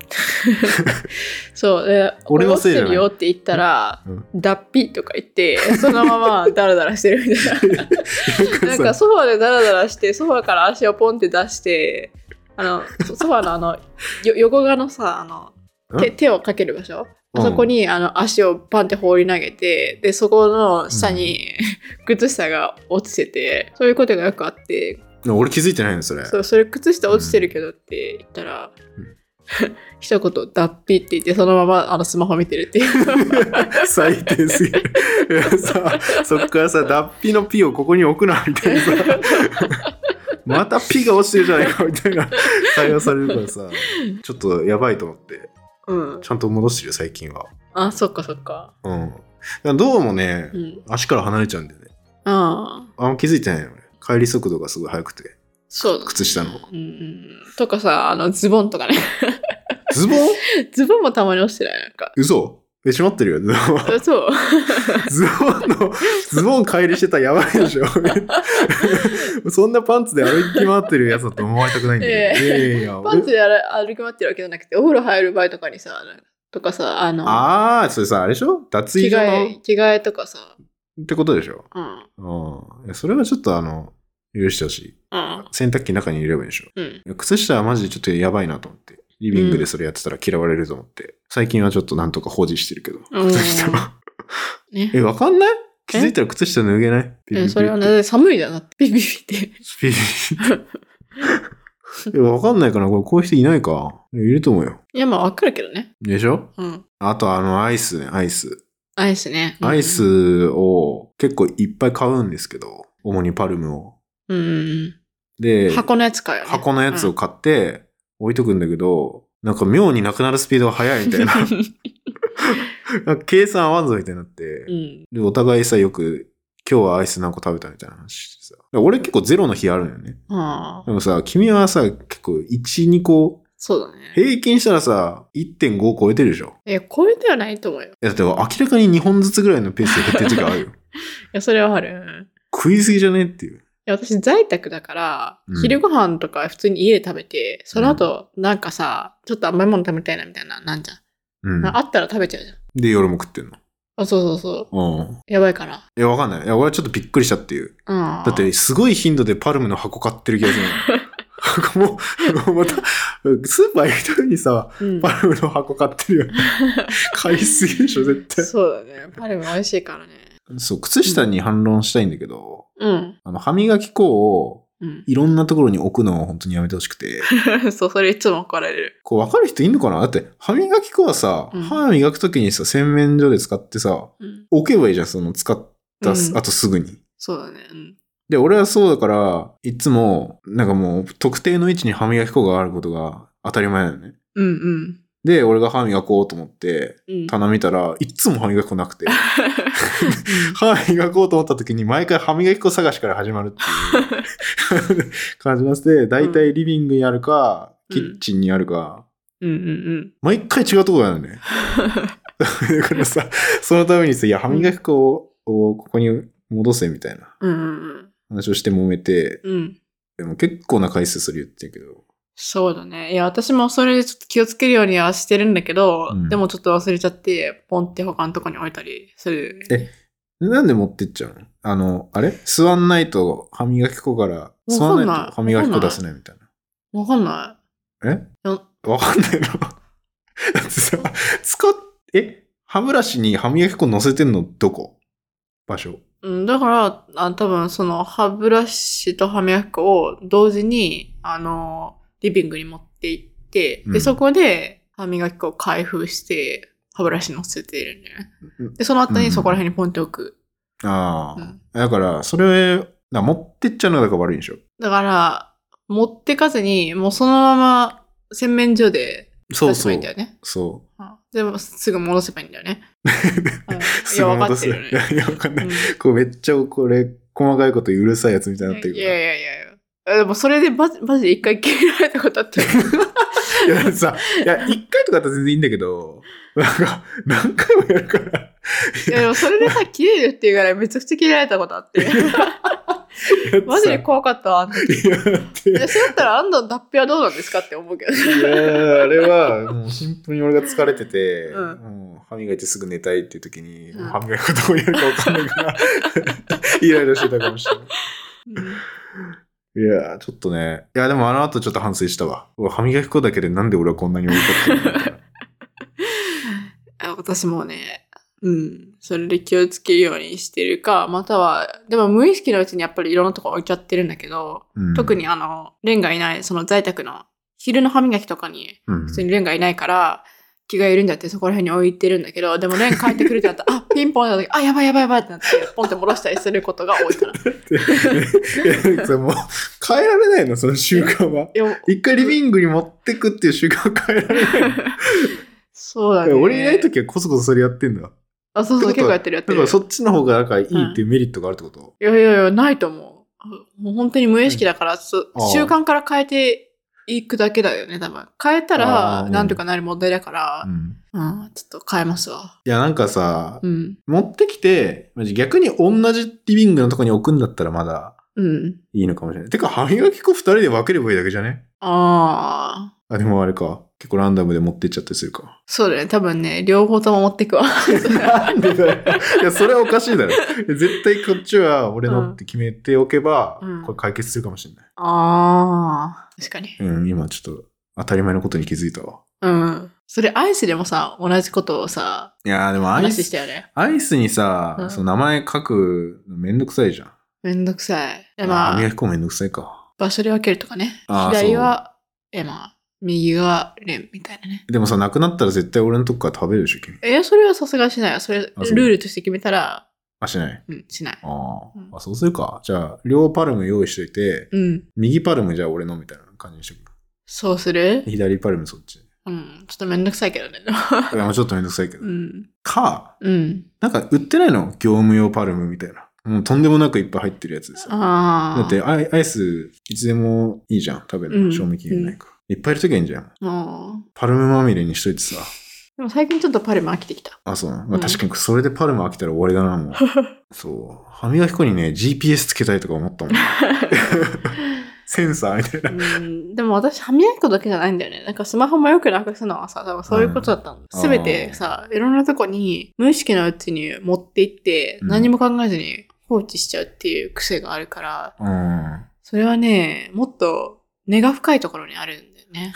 [SPEAKER 2] そう。で、
[SPEAKER 1] 俺のせいじゃない
[SPEAKER 2] 落ちてるよって言ったら、
[SPEAKER 1] うん
[SPEAKER 2] 脱皮とか言って、そのままダラダラしてるみたいな。 [LAUGHS] なんかソファーでダラダラしてソファーから足をポンって出してあのソソファーのあのよ横側のさあの手手をかける場所あそこ、にあの足をパンって放り投げてでそこの下に靴下が落ちててそういうことがよくあって
[SPEAKER 1] うん俺気づいてないの、 [LAUGHS] それ。
[SPEAKER 2] そうそれ靴下落ちてるけどって言ったら
[SPEAKER 1] うん
[SPEAKER 2] 一言「脱皮」って言ってそのままあのスマホ見てるっ
[SPEAKER 1] [LAUGHS]
[SPEAKER 2] ていう
[SPEAKER 1] 最低すぎる。いやさ、そっからさ、脱皮のピをここに置くな、みたいなさ。またピが落ちてるじゃないか、みたいな。対応されるからさ、ちょっとやばいと思って。
[SPEAKER 2] うん
[SPEAKER 1] ちゃんと戻してるよ、最近は。
[SPEAKER 2] あそっかそっか
[SPEAKER 1] うんいや。どうもね
[SPEAKER 2] う、ん
[SPEAKER 1] 足から離れちゃうんだよね。
[SPEAKER 2] ああ
[SPEAKER 1] あんま気づいてないの俺。帰り速度がすごい速くて。
[SPEAKER 2] そうだね
[SPEAKER 1] 靴下の。
[SPEAKER 2] うんうんうんとかさ、あの、ズボンとかね。
[SPEAKER 1] ズボン
[SPEAKER 2] ズボンもたまに落ちてないなんか。
[SPEAKER 1] 嘘え、閉まってるよ、ズボンは。
[SPEAKER 2] そう。
[SPEAKER 1] ズボンの、ズボン帰りしてたらやばいでしょ。 [LAUGHS] そんなパンツで歩き回ってるやつだと思われたくないんだけど。い
[SPEAKER 2] い
[SPEAKER 1] や
[SPEAKER 2] や
[SPEAKER 1] いやいや。
[SPEAKER 2] パンツで歩き回ってるわけじゃなくて、お風呂入る場合とかにさ、なんかとかさ、あの、
[SPEAKER 1] ああ、それさ、あれでしょ脱衣
[SPEAKER 2] 着
[SPEAKER 1] 所
[SPEAKER 2] 替
[SPEAKER 1] の
[SPEAKER 2] え、着替えとかさ、
[SPEAKER 1] ってことでしょ。
[SPEAKER 2] うん。
[SPEAKER 1] うん。いやそれはちょっとあの、許してほしい。
[SPEAKER 2] うん。
[SPEAKER 1] 洗濯機の中に入れればいいでしょ。
[SPEAKER 2] うん。
[SPEAKER 1] 靴下はマジでちょっとやばいなと思って。リビングでそれやってたら嫌われると思って。最近はちょっとなんとか保持してるけど。
[SPEAKER 2] うん
[SPEAKER 1] 靴下は。[LAUGHS]
[SPEAKER 2] ね
[SPEAKER 1] え、。わかんない気づいたら靴下脱げないビビビ
[SPEAKER 2] え
[SPEAKER 1] ビ
[SPEAKER 2] それはね、寒いじゃなくて、ビビビって。
[SPEAKER 1] ビビビ [LAUGHS] え、わかんないかなこれ、こういう人いないか。いると思うよ。
[SPEAKER 2] いや、まあ、わかるけどね。
[SPEAKER 1] でしょ
[SPEAKER 2] うん。
[SPEAKER 1] あと、あの、アイスね、アイス。
[SPEAKER 2] アイスね。うん
[SPEAKER 1] アイ。スを結構いっぱい買うんですけど、主にパルムを。
[SPEAKER 2] うんうんう
[SPEAKER 1] で
[SPEAKER 2] ん。、箱のやつかよ、ね。
[SPEAKER 1] 箱のやつを買って置いとくんだけど、なんか妙になくなるスピードが速いみたいな。なんか [LAUGHS] 計算合わんぞみたいになって。
[SPEAKER 2] うん。
[SPEAKER 1] で、お互いさ、よく、今日はアイス何個食べたみたいな話してさ。で俺結構ゼロの日あるのよね。
[SPEAKER 2] あ
[SPEAKER 1] で
[SPEAKER 2] あ。
[SPEAKER 1] もさ、君はさ、結構1、2個、
[SPEAKER 2] そうだね。
[SPEAKER 1] 平均したらさ、1.5超えてるでしょ。
[SPEAKER 2] え、超えてはないと思うよ。い
[SPEAKER 1] いや、だって明らかに2本ずつぐらいのペースで減ってる時間あるよ。 [LAUGHS]
[SPEAKER 2] や、それはある。
[SPEAKER 1] 食いすぎじゃねっていう。
[SPEAKER 2] いや、私、在宅だから
[SPEAKER 1] う、ん
[SPEAKER 2] 昼ご飯とか普通に家で食べて、その後、なんかさ、ちょっと甘いもの食べたいなみたいな、なんじゃん。
[SPEAKER 1] うん。
[SPEAKER 2] あったら食べちゃうじゃん。
[SPEAKER 1] で、夜も食ってんの。
[SPEAKER 2] あ、そうそうそう。
[SPEAKER 1] うん。
[SPEAKER 2] やばいから。
[SPEAKER 1] いや、わかんない。いや、俺はちょっとびっくりしたっていう。
[SPEAKER 2] うん。
[SPEAKER 1] だっ、て、すごい頻度でパルムの箱買ってる気がするの。 [LAUGHS] 箱も、また、スーパー行くたびにさ、
[SPEAKER 2] うん、
[SPEAKER 1] パルムの箱買ってるよね。買いすぎでしょ、絶対。
[SPEAKER 2] そうだね。パルム美味しいからね。
[SPEAKER 1] そう、靴下に反論したいんだけど、
[SPEAKER 2] うん。
[SPEAKER 1] あの、歯磨き粉を
[SPEAKER 2] うん。
[SPEAKER 1] いろんなところに置くのを本当にやめてほしくて、
[SPEAKER 2] [LAUGHS] そう、それいつも怒られる。
[SPEAKER 1] こう、わかる人いんのかなだって、歯磨き粉はさ、
[SPEAKER 2] うん
[SPEAKER 1] 歯磨くときにさ、洗面所で使ってさ、
[SPEAKER 2] うん。
[SPEAKER 1] 置けばいいじゃん、その使ったす、
[SPEAKER 2] うん
[SPEAKER 1] あとすぐに。
[SPEAKER 2] そうだね。うん。
[SPEAKER 1] で、俺はそうだから、いつも、なんかもう、特定の位置に歯磨き粉があることが当たり前なのね。
[SPEAKER 2] うん
[SPEAKER 1] で、俺が歯磨こうと思って、
[SPEAKER 2] うん。うん。
[SPEAKER 1] 棚見たらいつも歯磨き粉なく
[SPEAKER 2] [LAUGHS]
[SPEAKER 1] て、歯磨こうと思った時に毎回歯磨き粉探しから始まるって
[SPEAKER 2] [LAUGHS]
[SPEAKER 1] いう感じがして、だいたいリビングにあるか、
[SPEAKER 2] うん
[SPEAKER 1] キッチンにあるか、
[SPEAKER 2] うんうん [LAUGHS]
[SPEAKER 1] 毎回違うところなのね。だからさ、 [LAUGHS] そのためにさ、いや、歯磨き粉をここに戻せみたいな
[SPEAKER 2] うん。うんうん
[SPEAKER 1] 話をして揉めて、
[SPEAKER 2] うん。うん。
[SPEAKER 1] でも結構な回数それ言ってるけど、
[SPEAKER 2] そうだね。いや、私もそれでちょっと気をつけるようにはしてるんだけど、
[SPEAKER 1] うん
[SPEAKER 2] でもちょっと忘れちゃって、ポンって他のとこに置いたりする。
[SPEAKER 1] えなんで持ってっちゃうのあの、あれ座んないと歯磨き粉から、
[SPEAKER 2] わ
[SPEAKER 1] 座
[SPEAKER 2] かんない
[SPEAKER 1] んないと歯磨き粉出せないみたい
[SPEAKER 2] わかんな
[SPEAKER 1] な。え
[SPEAKER 2] い。よ
[SPEAKER 1] わかんないの [LAUGHS] だってさ、使っ、え歯ブラシに歯磨き粉乗せてんのどこ場所。
[SPEAKER 2] うん、だから、あ多分その歯ブラシと歯磨き粉を同時に、あの、リビングに持って行って、
[SPEAKER 1] う
[SPEAKER 2] で、
[SPEAKER 1] ん
[SPEAKER 2] そこで歯磨き粉を開封して、歯ブラシ乗せてるんだよね。で、その後
[SPEAKER 1] う
[SPEAKER 2] に
[SPEAKER 1] ん
[SPEAKER 2] そこら辺にポンって置く。
[SPEAKER 1] ああ、
[SPEAKER 2] うん
[SPEAKER 1] だから、それ、な持ってっちゃうのがだから悪いんでしょ
[SPEAKER 2] だから、持ってかずに、もうそのまま洗面所で
[SPEAKER 1] そ
[SPEAKER 2] 出
[SPEAKER 1] う
[SPEAKER 2] せ
[SPEAKER 1] そ
[SPEAKER 2] ばいういん。だよね。
[SPEAKER 1] そ
[SPEAKER 2] うんでも、すぐ戻せばいいんだ
[SPEAKER 1] [LAUGHS]
[SPEAKER 2] よね。うん
[SPEAKER 1] う。
[SPEAKER 2] いや、わかって
[SPEAKER 1] [LAUGHS]
[SPEAKER 2] るよね。
[SPEAKER 1] すぐ戻すいや、わかんない。
[SPEAKER 2] う
[SPEAKER 1] こうめっちゃこれ、細かいこと言ううるさいやつみたいになってる
[SPEAKER 2] ん、い
[SPEAKER 1] け
[SPEAKER 2] やいやいやいや。でも、それでマジマジで一回切られたことあ [LAUGHS] ったよ。
[SPEAKER 1] いや、さ、いや、一回とかだったら全然いいんだけど、なんか、何回もやるから。
[SPEAKER 2] いやでもそれでさ、切れるっていうぐらいめちゃくちゃ切られたことあ
[SPEAKER 1] [LAUGHS]
[SPEAKER 2] って。マジで怖かったわ。あの時
[SPEAKER 1] いや、だって、い
[SPEAKER 2] いやそうやったら安藤脱皮はどうなんですかって
[SPEAKER 1] [LAUGHS]
[SPEAKER 2] 思うけど。
[SPEAKER 1] や、あれは、もうシンプルに俺が疲れてて、
[SPEAKER 2] うん
[SPEAKER 1] もう歯磨いてすぐ寝たいっていう時に、
[SPEAKER 2] うん
[SPEAKER 1] 歯磨き粉どこにあるか分かんないから、 [LAUGHS] イライラしてたかもしれない。いやー、ちょっとね。いや、でもあの後ちょっと反省したわ。うわ歯磨き粉だけでなんで俺はこんなに多かったんだろうみ
[SPEAKER 2] [LAUGHS]
[SPEAKER 1] たいな
[SPEAKER 2] あ私もね、うん。それで気をつけるようにしてるか、または、でも無意識のうちにやっぱりいろんなとこ置いちゃってるんだけど、
[SPEAKER 1] うん
[SPEAKER 2] 特にあの、レンがいない、その在宅の昼の歯磨きとかに
[SPEAKER 1] うん [LAUGHS]
[SPEAKER 2] 普通にレンがいないから、気が緩んじゃってそこら辺に置いてるんだけど、でもレン帰ってくるってなった
[SPEAKER 1] [LAUGHS]
[SPEAKER 2] ら、あ、ピンポンだった時、あ、やばいやばいやばいってなって、ポンって戻したりすることが多
[SPEAKER 1] [LAUGHS]
[SPEAKER 2] いから。
[SPEAKER 1] い [LAUGHS] やそれもう、変えられないの、その習慣は。
[SPEAKER 2] でも
[SPEAKER 1] [LAUGHS] 一回リビングに持ってくっていう習慣は変えられないの。
[SPEAKER 2] そうだ
[SPEAKER 1] [LAUGHS]
[SPEAKER 2] ね。
[SPEAKER 1] 俺いない時はこそこそそれやってんだ。
[SPEAKER 2] あ、そうそう、
[SPEAKER 1] ってこと
[SPEAKER 2] 結構
[SPEAKER 1] は
[SPEAKER 2] やってるやっ
[SPEAKER 1] だ
[SPEAKER 2] てる。
[SPEAKER 1] か
[SPEAKER 2] い
[SPEAKER 1] らそっちの方がなんかいいっていうメリットがあるってこと、
[SPEAKER 2] やいやいや、ないと思う。もう本当に無意識だから、そ
[SPEAKER 1] ああ
[SPEAKER 2] 習慣から変えていくだけだよね、多分。変えた
[SPEAKER 1] ああ
[SPEAKER 2] ら、
[SPEAKER 1] うん
[SPEAKER 2] なんとかなる問題だから、うん、ちょっと変えますわ。
[SPEAKER 1] いや、なんかさ、
[SPEAKER 2] うん。
[SPEAKER 1] 持ってきて、マジ逆に同じリビングのとこに置くんだったらまだ
[SPEAKER 2] うん。
[SPEAKER 1] いいのかもしれない。てか、歯磨き粉二人で分ければいいだけじゃね
[SPEAKER 2] ああ。
[SPEAKER 1] あ、でもあれか。結構ランダムで持ってっちゃったりするか。
[SPEAKER 2] そうだね。多分ね、両方とも持ってくわ。
[SPEAKER 1] なんでだよ。いや、それはおかしいだろ。絶対こっちは俺のって決めておけば、
[SPEAKER 2] うん
[SPEAKER 1] これ解決するかもしれない。
[SPEAKER 2] ああ。確かに。
[SPEAKER 1] うん、今ちょっと当たり前のことに気づいたわ。
[SPEAKER 2] うん。それアイスでもさ、同じことをさ、
[SPEAKER 1] いやーでもアイ
[SPEAKER 2] 話し
[SPEAKER 1] ス、
[SPEAKER 2] たよね。
[SPEAKER 1] アイスにさ、
[SPEAKER 2] うん
[SPEAKER 1] その名前書くのめんどくさいじゃん。
[SPEAKER 2] めんどくさい。で
[SPEAKER 1] あー
[SPEAKER 2] ま
[SPEAKER 1] 歯
[SPEAKER 2] あ
[SPEAKER 1] 磨、き粉めんどくさいか。
[SPEAKER 2] 場所で分けるとかね。
[SPEAKER 1] あー
[SPEAKER 2] 左はエマ、右はレンみたいなね。
[SPEAKER 1] でもさ、なくなったら絶対俺のとこから食べるでしょ、君。
[SPEAKER 2] いや、それはさすがにしないわ。それ、ル
[SPEAKER 1] あそう
[SPEAKER 2] ールとして決めたら、
[SPEAKER 1] あ、しない。
[SPEAKER 2] うん、しない。
[SPEAKER 1] あー、
[SPEAKER 2] うん
[SPEAKER 1] あ、そうするか。じゃあ、両パルム用意しといて、
[SPEAKER 2] うん。
[SPEAKER 1] 右パルムじゃあ俺のみたいな感じにしとく。
[SPEAKER 2] そうする
[SPEAKER 1] 左パルムそっ
[SPEAKER 2] [LAUGHS]
[SPEAKER 1] ち。
[SPEAKER 2] うん。ちょっとめんどくさいけどね。
[SPEAKER 1] いや、もうちょっとめんどくさいけど。
[SPEAKER 2] うん。
[SPEAKER 1] か、
[SPEAKER 2] うん。
[SPEAKER 1] なんか売ってないの業務用パルムみたいな。もうとんでもなくいっぱい入ってるやつでさ。
[SPEAKER 2] ああ。
[SPEAKER 1] だってアイアイス、いつでもいいじゃん。食べる
[SPEAKER 2] う
[SPEAKER 1] の。
[SPEAKER 2] ん
[SPEAKER 1] 賞味期限ないから。いっぱいいるときはいいんじゃん。
[SPEAKER 2] もう。
[SPEAKER 1] パルムまみれにしといてさ。
[SPEAKER 2] でも最近ちょっとパレも飽きてきた。
[SPEAKER 1] あ、そうなの、
[SPEAKER 2] う
[SPEAKER 1] まあ、
[SPEAKER 2] ん
[SPEAKER 1] 確かにそれでパルム飽きたら終わりだな、もう。
[SPEAKER 2] [LAUGHS]
[SPEAKER 1] そう。歯磨き粉にね、GPS つけたいとか思ったもん。センサーみたいな。
[SPEAKER 2] うんでも私、歯磨き粉だけじゃないんだよね。なんかスマホもよくなくすのはさ、多分そういうことだったの。
[SPEAKER 1] うん
[SPEAKER 2] すべてさ、いろんなとこに無意識のうちに持っていって、
[SPEAKER 1] うん
[SPEAKER 2] 何も考えずに放置しちゃうっていう癖があるから、
[SPEAKER 1] うん。
[SPEAKER 2] それはね、もっと根が深いところにあるんだよね。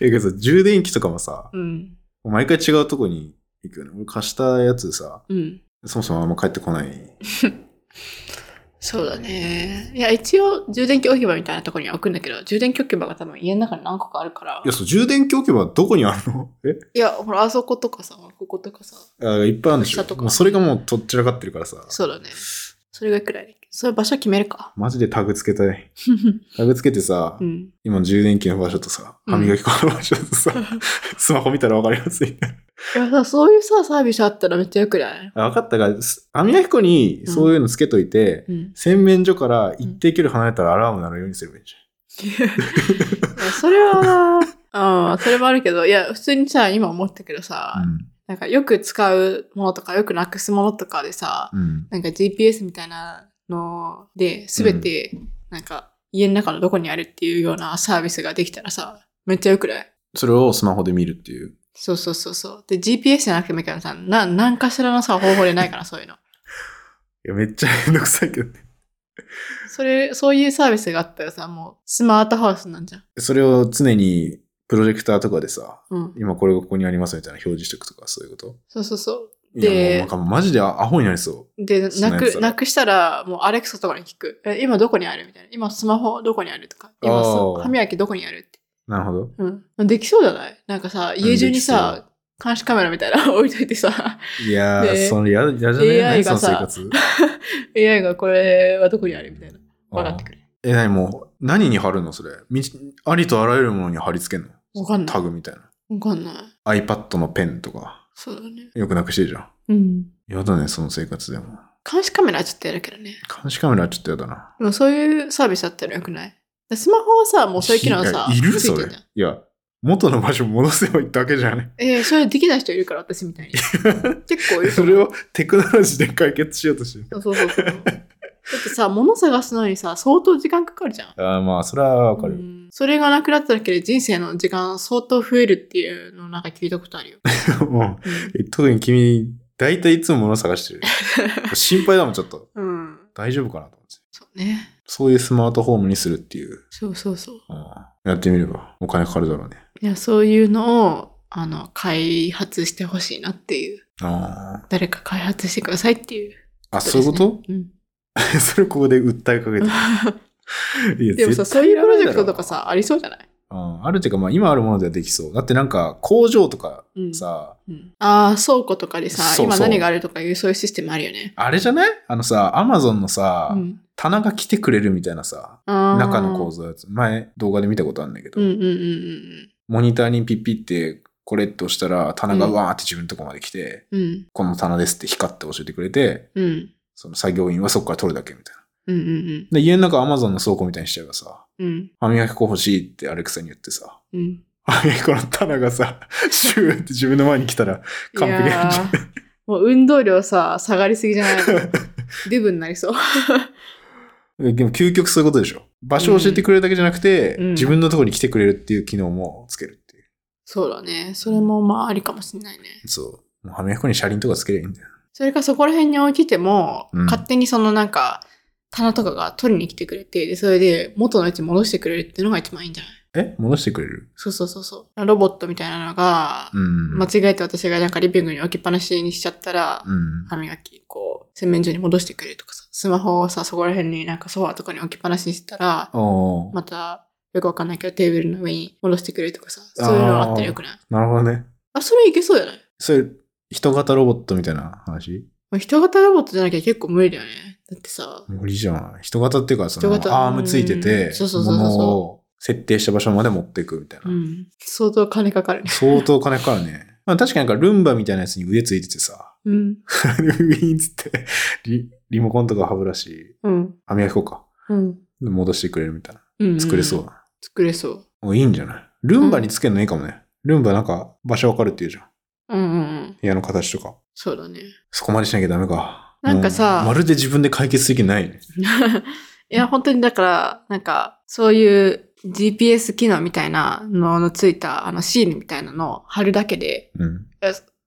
[SPEAKER 1] え、けどさ、充電器とかもさ、
[SPEAKER 2] うん。
[SPEAKER 1] 毎回違うとこに行くよね。俺貸したやつさ、
[SPEAKER 2] うん。
[SPEAKER 1] そもそもあんま帰ってこない。
[SPEAKER 2] そうだね。いや、一応充電器置き場みたいなところには置くんだけど、充電器置き場が多分家の中に何個かあるから
[SPEAKER 1] いや、。そう、充電器置けばどこにあるのえ
[SPEAKER 2] いや、ほら、あそことかさ、こことかさ、
[SPEAKER 1] あいっぱいあるんでし
[SPEAKER 2] 下と
[SPEAKER 1] ょ。
[SPEAKER 2] か
[SPEAKER 1] もうそれがもうとっちらかってるからさ。
[SPEAKER 2] そうだね。それがいくらいだっけそういう場所決め
[SPEAKER 1] [LAUGHS]
[SPEAKER 2] るか。
[SPEAKER 1] マジでタグつけたい。タグつけてさ、
[SPEAKER 2] うん。
[SPEAKER 1] 今充電器の場所とさ、
[SPEAKER 2] う
[SPEAKER 1] 歯
[SPEAKER 2] ん
[SPEAKER 1] 磨き粉の場所と
[SPEAKER 2] [LAUGHS]
[SPEAKER 1] さ、スマホ見たらわかりますみたい
[SPEAKER 2] いやさ、そういうさ、サービスあったらめっちゃよくない
[SPEAKER 1] な。あ分かったが、す歯磨き粉にそういうのつけといて、
[SPEAKER 2] うん。
[SPEAKER 1] 洗面所から一定距離離れたらアラーム鳴るようにすればいいじ
[SPEAKER 2] それは、うん、それもあるけど、いや、普通にさ、今思ったけどさ、
[SPEAKER 1] ゃん。
[SPEAKER 2] なんかよく使うものとか、よくなくすものとかでさ、
[SPEAKER 1] うん。うん。
[SPEAKER 2] なんか GPS みたいなので、すべて、なんか、家の中のどこにあるっていうようなサービスができたらさ、めっちゃよくない
[SPEAKER 1] それをスマホで見るっていう。
[SPEAKER 2] そうそうそうそう。で、GPS じゃなくてもいいからさ、な、何かしらのさ、方法でないから、そういうの。
[SPEAKER 1] いや、めっちゃめんどくさいけどね。
[SPEAKER 2] それ、そういうサービスがあったらさ、もう、スマートハウスなんじゃん。
[SPEAKER 1] それを常にプロジェクターとかでさ、
[SPEAKER 2] うん。
[SPEAKER 1] 今これがここにありますみたいな表示しておくとか、そういうこと
[SPEAKER 2] そうそうそう。
[SPEAKER 1] いや、もう
[SPEAKER 2] で
[SPEAKER 1] なんかマジでアホになりそ
[SPEAKER 2] で、
[SPEAKER 1] そんな
[SPEAKER 2] な
[SPEAKER 1] やつだ
[SPEAKER 2] く、なくしたら、もうアレクサとかに聞く。え、今どこにあるみたいな。今スマホどこにあるとか。今す
[SPEAKER 1] あー
[SPEAKER 2] 歯磨きどこにあるって。
[SPEAKER 1] う。なるほど。
[SPEAKER 2] うん。できそうじゃないなんかさ、家中に
[SPEAKER 1] で
[SPEAKER 2] さ、監視カメラみたいなの [LAUGHS] 置いといてさ、
[SPEAKER 1] いやー、
[SPEAKER 2] で
[SPEAKER 1] それややじゃねえ
[SPEAKER 2] AI
[SPEAKER 1] その
[SPEAKER 2] が
[SPEAKER 1] 生
[SPEAKER 2] さ
[SPEAKER 1] 活。
[SPEAKER 2] AI がこれはどこにあるみたいな。笑って
[SPEAKER 1] あー
[SPEAKER 2] くる。
[SPEAKER 1] え、何もう、何に貼るのそれ。みありとあらゆるものに貼り付けんの
[SPEAKER 2] わかんない
[SPEAKER 1] タグみたいな。
[SPEAKER 2] わかんない。
[SPEAKER 1] iPad のペンとか。
[SPEAKER 2] そうだね。
[SPEAKER 1] よくなくしてるじゃ
[SPEAKER 2] うん。
[SPEAKER 1] ん。やだね、その生活でも。
[SPEAKER 2] 監視カメラはちょっとやるけどね。
[SPEAKER 1] 監視カメラはちょっとやだな。
[SPEAKER 2] でもそういうサービスあったらよくないでスマホはさ、もうそういう機能さ、
[SPEAKER 1] いやいる
[SPEAKER 2] つい
[SPEAKER 1] そ
[SPEAKER 2] て
[SPEAKER 1] れ。
[SPEAKER 2] んじゃん。
[SPEAKER 1] いや、元の場所戻せばいいだけじゃ
[SPEAKER 2] [LAUGHS]
[SPEAKER 1] ね。
[SPEAKER 2] えー、それできない人いるから、私みた
[SPEAKER 1] [LAUGHS]
[SPEAKER 2] いに。結構いると
[SPEAKER 1] そ
[SPEAKER 2] 思う
[SPEAKER 1] れをテクノロジーで解決しようとしてる。
[SPEAKER 2] そうそう
[SPEAKER 1] [LAUGHS]
[SPEAKER 2] そうそう。だってさ、物探すのにさ、相当時間かかるじゃん。
[SPEAKER 1] ああ、まあ、それはわか
[SPEAKER 2] う
[SPEAKER 1] る。
[SPEAKER 2] んそれがなくなっただけで人生の時間相当増えるっていうのをなんか聞いたことあ
[SPEAKER 1] [LAUGHS]
[SPEAKER 2] るよ。
[SPEAKER 1] もう特に君、大体いつも物探
[SPEAKER 2] [LAUGHS]
[SPEAKER 1] してる。心配だもん、ちょっと。
[SPEAKER 2] うん。うん
[SPEAKER 1] 大丈夫かなと思って。
[SPEAKER 2] そうね。
[SPEAKER 1] そういうスマートホームにするっていう。
[SPEAKER 2] そうそうそう。
[SPEAKER 1] うんやってみれば、お金かかるだろうね。
[SPEAKER 2] いや、そういうのを、あの、開発してほしいなっていう。
[SPEAKER 1] あー
[SPEAKER 2] 誰か開発してくださいっていう、
[SPEAKER 1] あ、そういうこと [LAUGHS]
[SPEAKER 2] とうん。
[SPEAKER 1] それここで訴えかけて。
[SPEAKER 2] [LAUGHS]
[SPEAKER 1] いや
[SPEAKER 2] でもさ、
[SPEAKER 1] 絶
[SPEAKER 2] そう
[SPEAKER 1] 対
[SPEAKER 2] いう
[SPEAKER 1] や
[SPEAKER 2] プ
[SPEAKER 1] ら
[SPEAKER 2] ロ
[SPEAKER 1] ないだ
[SPEAKER 2] ジェ
[SPEAKER 1] ろ
[SPEAKER 2] クトとかさ、ありそうじゃない
[SPEAKER 1] うん、あるっていうか、まあ今あるものではできそう。だってなんか工場とか
[SPEAKER 2] うん。
[SPEAKER 1] さ、
[SPEAKER 2] うん、ああ、倉庫とかでさ
[SPEAKER 1] そうそう
[SPEAKER 2] 今何があるとかいうそういうシステムあるよね。
[SPEAKER 1] あれじゃないあのさ、アマゾンのさ、
[SPEAKER 2] うん、
[SPEAKER 1] 棚が来てくれるみたいなさ、中
[SPEAKER 2] 中
[SPEAKER 1] の構
[SPEAKER 2] 造。
[SPEAKER 1] 造のやつ。前動画で見たことあるんだけど、
[SPEAKER 2] うんうんうんうん
[SPEAKER 1] モニターにピッピってこれって押したら棚がわーって自分のとこまで来て、
[SPEAKER 2] うん。うん
[SPEAKER 1] この棚ですって光って教えてくれて、
[SPEAKER 2] うん。
[SPEAKER 1] その作業員はそこから取るだけみたいな。
[SPEAKER 2] うんうん
[SPEAKER 1] で、家の中アマゾンの倉庫みたいにしちゃえばさ、
[SPEAKER 2] うん。うん
[SPEAKER 1] 歯磨き粉欲しいってアレクサに言ってさ、
[SPEAKER 2] うん。
[SPEAKER 1] 歯磨き粉の棚がさ、 [LAUGHS] シューって自分の前に来たら、 [LAUGHS] 完璧
[SPEAKER 2] いやーもう運動量さ、下がりすぎじゃない
[SPEAKER 1] [LAUGHS]
[SPEAKER 2] のデブになりそう。
[SPEAKER 1] でも究極そういうことでしょ。場所を教えてくれるだけじゃなくて、
[SPEAKER 2] うん
[SPEAKER 1] 自分のところに来てくれるっていう機能もつけるっていう。
[SPEAKER 2] そうだね。それもまあありかもしんないね。
[SPEAKER 1] そう。もう歯磨き粉に車輪とかつけりゃいいんだよ。
[SPEAKER 2] それかそこら辺に置いてても、
[SPEAKER 1] うん
[SPEAKER 2] 勝手にそのなんか、棚とかが取りに来てくれて、で、それで元の位置に戻してくれるっていうのが一番いいんじゃない
[SPEAKER 1] え戻してくれる
[SPEAKER 2] そうそうそうそう。ロボットみたいなのが、
[SPEAKER 1] うん。
[SPEAKER 2] 間違えて私がなんかリビングに置きっぱなしにしちゃったら、
[SPEAKER 1] うん。
[SPEAKER 2] 歯磨き、こう、洗面所に戻してくれるとかさ、スマホをさ、そこら辺になんかソファーとかに置きっぱなしにしてたら、
[SPEAKER 1] おー
[SPEAKER 2] また、よくわかんないけどテーブルの上に戻してくれるとかさ、そういうのあったらよくない
[SPEAKER 1] なるほどね。
[SPEAKER 2] あ、それいけそうじゃない
[SPEAKER 1] それ、人型ロボットみたいな話
[SPEAKER 2] まあ人型ロボットじゃなきゃ結構無理だよね。だってさ、
[SPEAKER 1] 無理じゃん。人型っていうか、その
[SPEAKER 2] 人型
[SPEAKER 1] アームついて
[SPEAKER 2] う
[SPEAKER 1] て
[SPEAKER 2] んそう、そうそうそうそう
[SPEAKER 1] 物を設定した場所まで持っていくみたいな。
[SPEAKER 2] うん。相当金かかるね。
[SPEAKER 1] 相当金かかるね。まあ確かになんかルンバみたいなやつに腕ついててさ、
[SPEAKER 2] うん。
[SPEAKER 1] ウィーンっつってリ、リモコンとか歯ブラシ、
[SPEAKER 2] うん。
[SPEAKER 1] 歯磨き粉か。
[SPEAKER 2] うん。
[SPEAKER 1] 戻してくれるみたいな。
[SPEAKER 2] うん。
[SPEAKER 1] 作れそうだな。
[SPEAKER 2] 作れそう。
[SPEAKER 1] もういいんじゃないルンバにつけるのいいかもね。ルンバなんか場所わかるっていうじゃん。
[SPEAKER 2] うんうんうん。
[SPEAKER 1] 部屋の形とか。
[SPEAKER 2] そうだね。 [LAUGHS]
[SPEAKER 1] そこまでしなきゃダメか。
[SPEAKER 2] なんかさ
[SPEAKER 1] もうまるで自分で解決できないね。
[SPEAKER 2] いや、本当にだから、なんか、そういう GPS 機能みたいなののついた、あの、シールみたいなのを貼るだけで、
[SPEAKER 1] うん。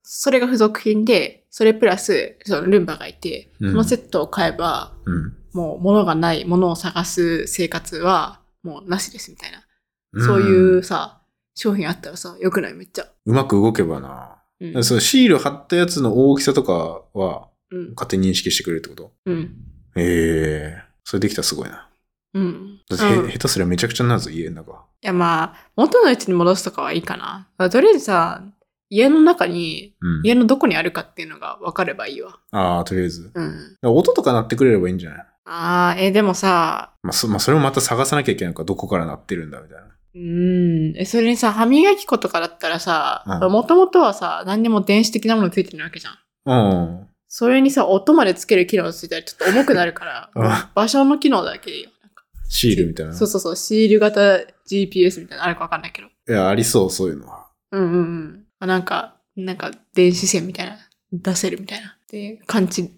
[SPEAKER 2] それが付属品で、それプラス、そのルンバがいて、
[SPEAKER 1] うん
[SPEAKER 2] そのセットを買えば、
[SPEAKER 1] うん。
[SPEAKER 2] もう物がないものを探す生活は、もうなしですみたいな。そういう
[SPEAKER 1] うん。
[SPEAKER 2] さ、商品あったらさ、よくないめっちゃ。
[SPEAKER 1] うまく動けばな。
[SPEAKER 2] うん。
[SPEAKER 1] そのシール貼ったやつの大きさとかは
[SPEAKER 2] うん。
[SPEAKER 1] 勝手に認識してくれるってこと
[SPEAKER 2] うん。
[SPEAKER 1] ええそれできたらすごいな。
[SPEAKER 2] うん。
[SPEAKER 1] だってへ
[SPEAKER 2] うんい
[SPEAKER 1] 下手すりゃめちゃくちゃになるぞ、家の中。
[SPEAKER 2] や、まあ、元の位置に戻すとかはいいかな。まあとりあえずさ、家の中に、
[SPEAKER 1] うん。
[SPEAKER 2] 家のどこにあるかっていうのが分かればいいわ。
[SPEAKER 1] ああ、とりあえず。だか
[SPEAKER 2] うん。
[SPEAKER 1] ら音とか鳴ってくれればいいんじゃない
[SPEAKER 2] ああ、え、でもさ、
[SPEAKER 1] まあそ、まあ、それもまた探さなきゃいけないのか、どこから鳴ってるんだ、みたいな。
[SPEAKER 2] うーん。え、それにさ、歯磨き粉とかだったらさ
[SPEAKER 1] う、ん
[SPEAKER 2] もともとはさ、何にも電子的なものついてるわけじゃん。
[SPEAKER 1] うん。
[SPEAKER 2] それにさ、音までつける機能ついたらちょっと重くなるから、
[SPEAKER 1] [LAUGHS] うん
[SPEAKER 2] 場所の機能だけいいよ。なんか
[SPEAKER 1] シールみたいな。
[SPEAKER 2] そうそうそう、シール型 GPS みたいなのあるかわかんないけど。
[SPEAKER 1] いや、ありそう、そういうのは。
[SPEAKER 2] うんうんうんあ。なんか、なんか電子線みたいな、出せるみたいな。で、感知で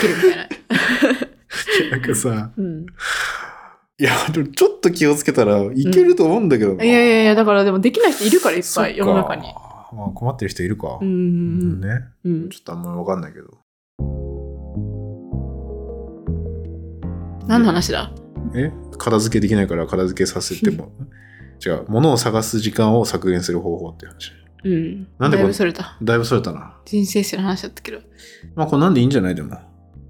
[SPEAKER 2] きるみ
[SPEAKER 1] [LAUGHS]
[SPEAKER 2] たいな。
[SPEAKER 1] なんかさ、
[SPEAKER 2] うん。
[SPEAKER 1] いや、でもちょっと気をつけたらいけると思うんだけどな、
[SPEAKER 2] いやいやいや、だ
[SPEAKER 1] か
[SPEAKER 2] からでもできない人いるからいっぱい、世の中に。
[SPEAKER 1] まあ、困ってる人いるか。
[SPEAKER 2] うんうん
[SPEAKER 1] ね。
[SPEAKER 2] うん。うん
[SPEAKER 1] ちょっとあんまりわかんないけど。
[SPEAKER 2] 何の話だ
[SPEAKER 1] え片付けできないから片付けさせて
[SPEAKER 2] [LAUGHS]
[SPEAKER 1] も。違う。物を探す時間を削減する方法っていう話。
[SPEAKER 2] うん。
[SPEAKER 1] なんでこ
[SPEAKER 2] だ
[SPEAKER 1] れ
[SPEAKER 2] いぶそれた。
[SPEAKER 1] だいぶそれたな。
[SPEAKER 2] 人生史の話だったけど、
[SPEAKER 1] まあ、これなんでいいんじゃないでも。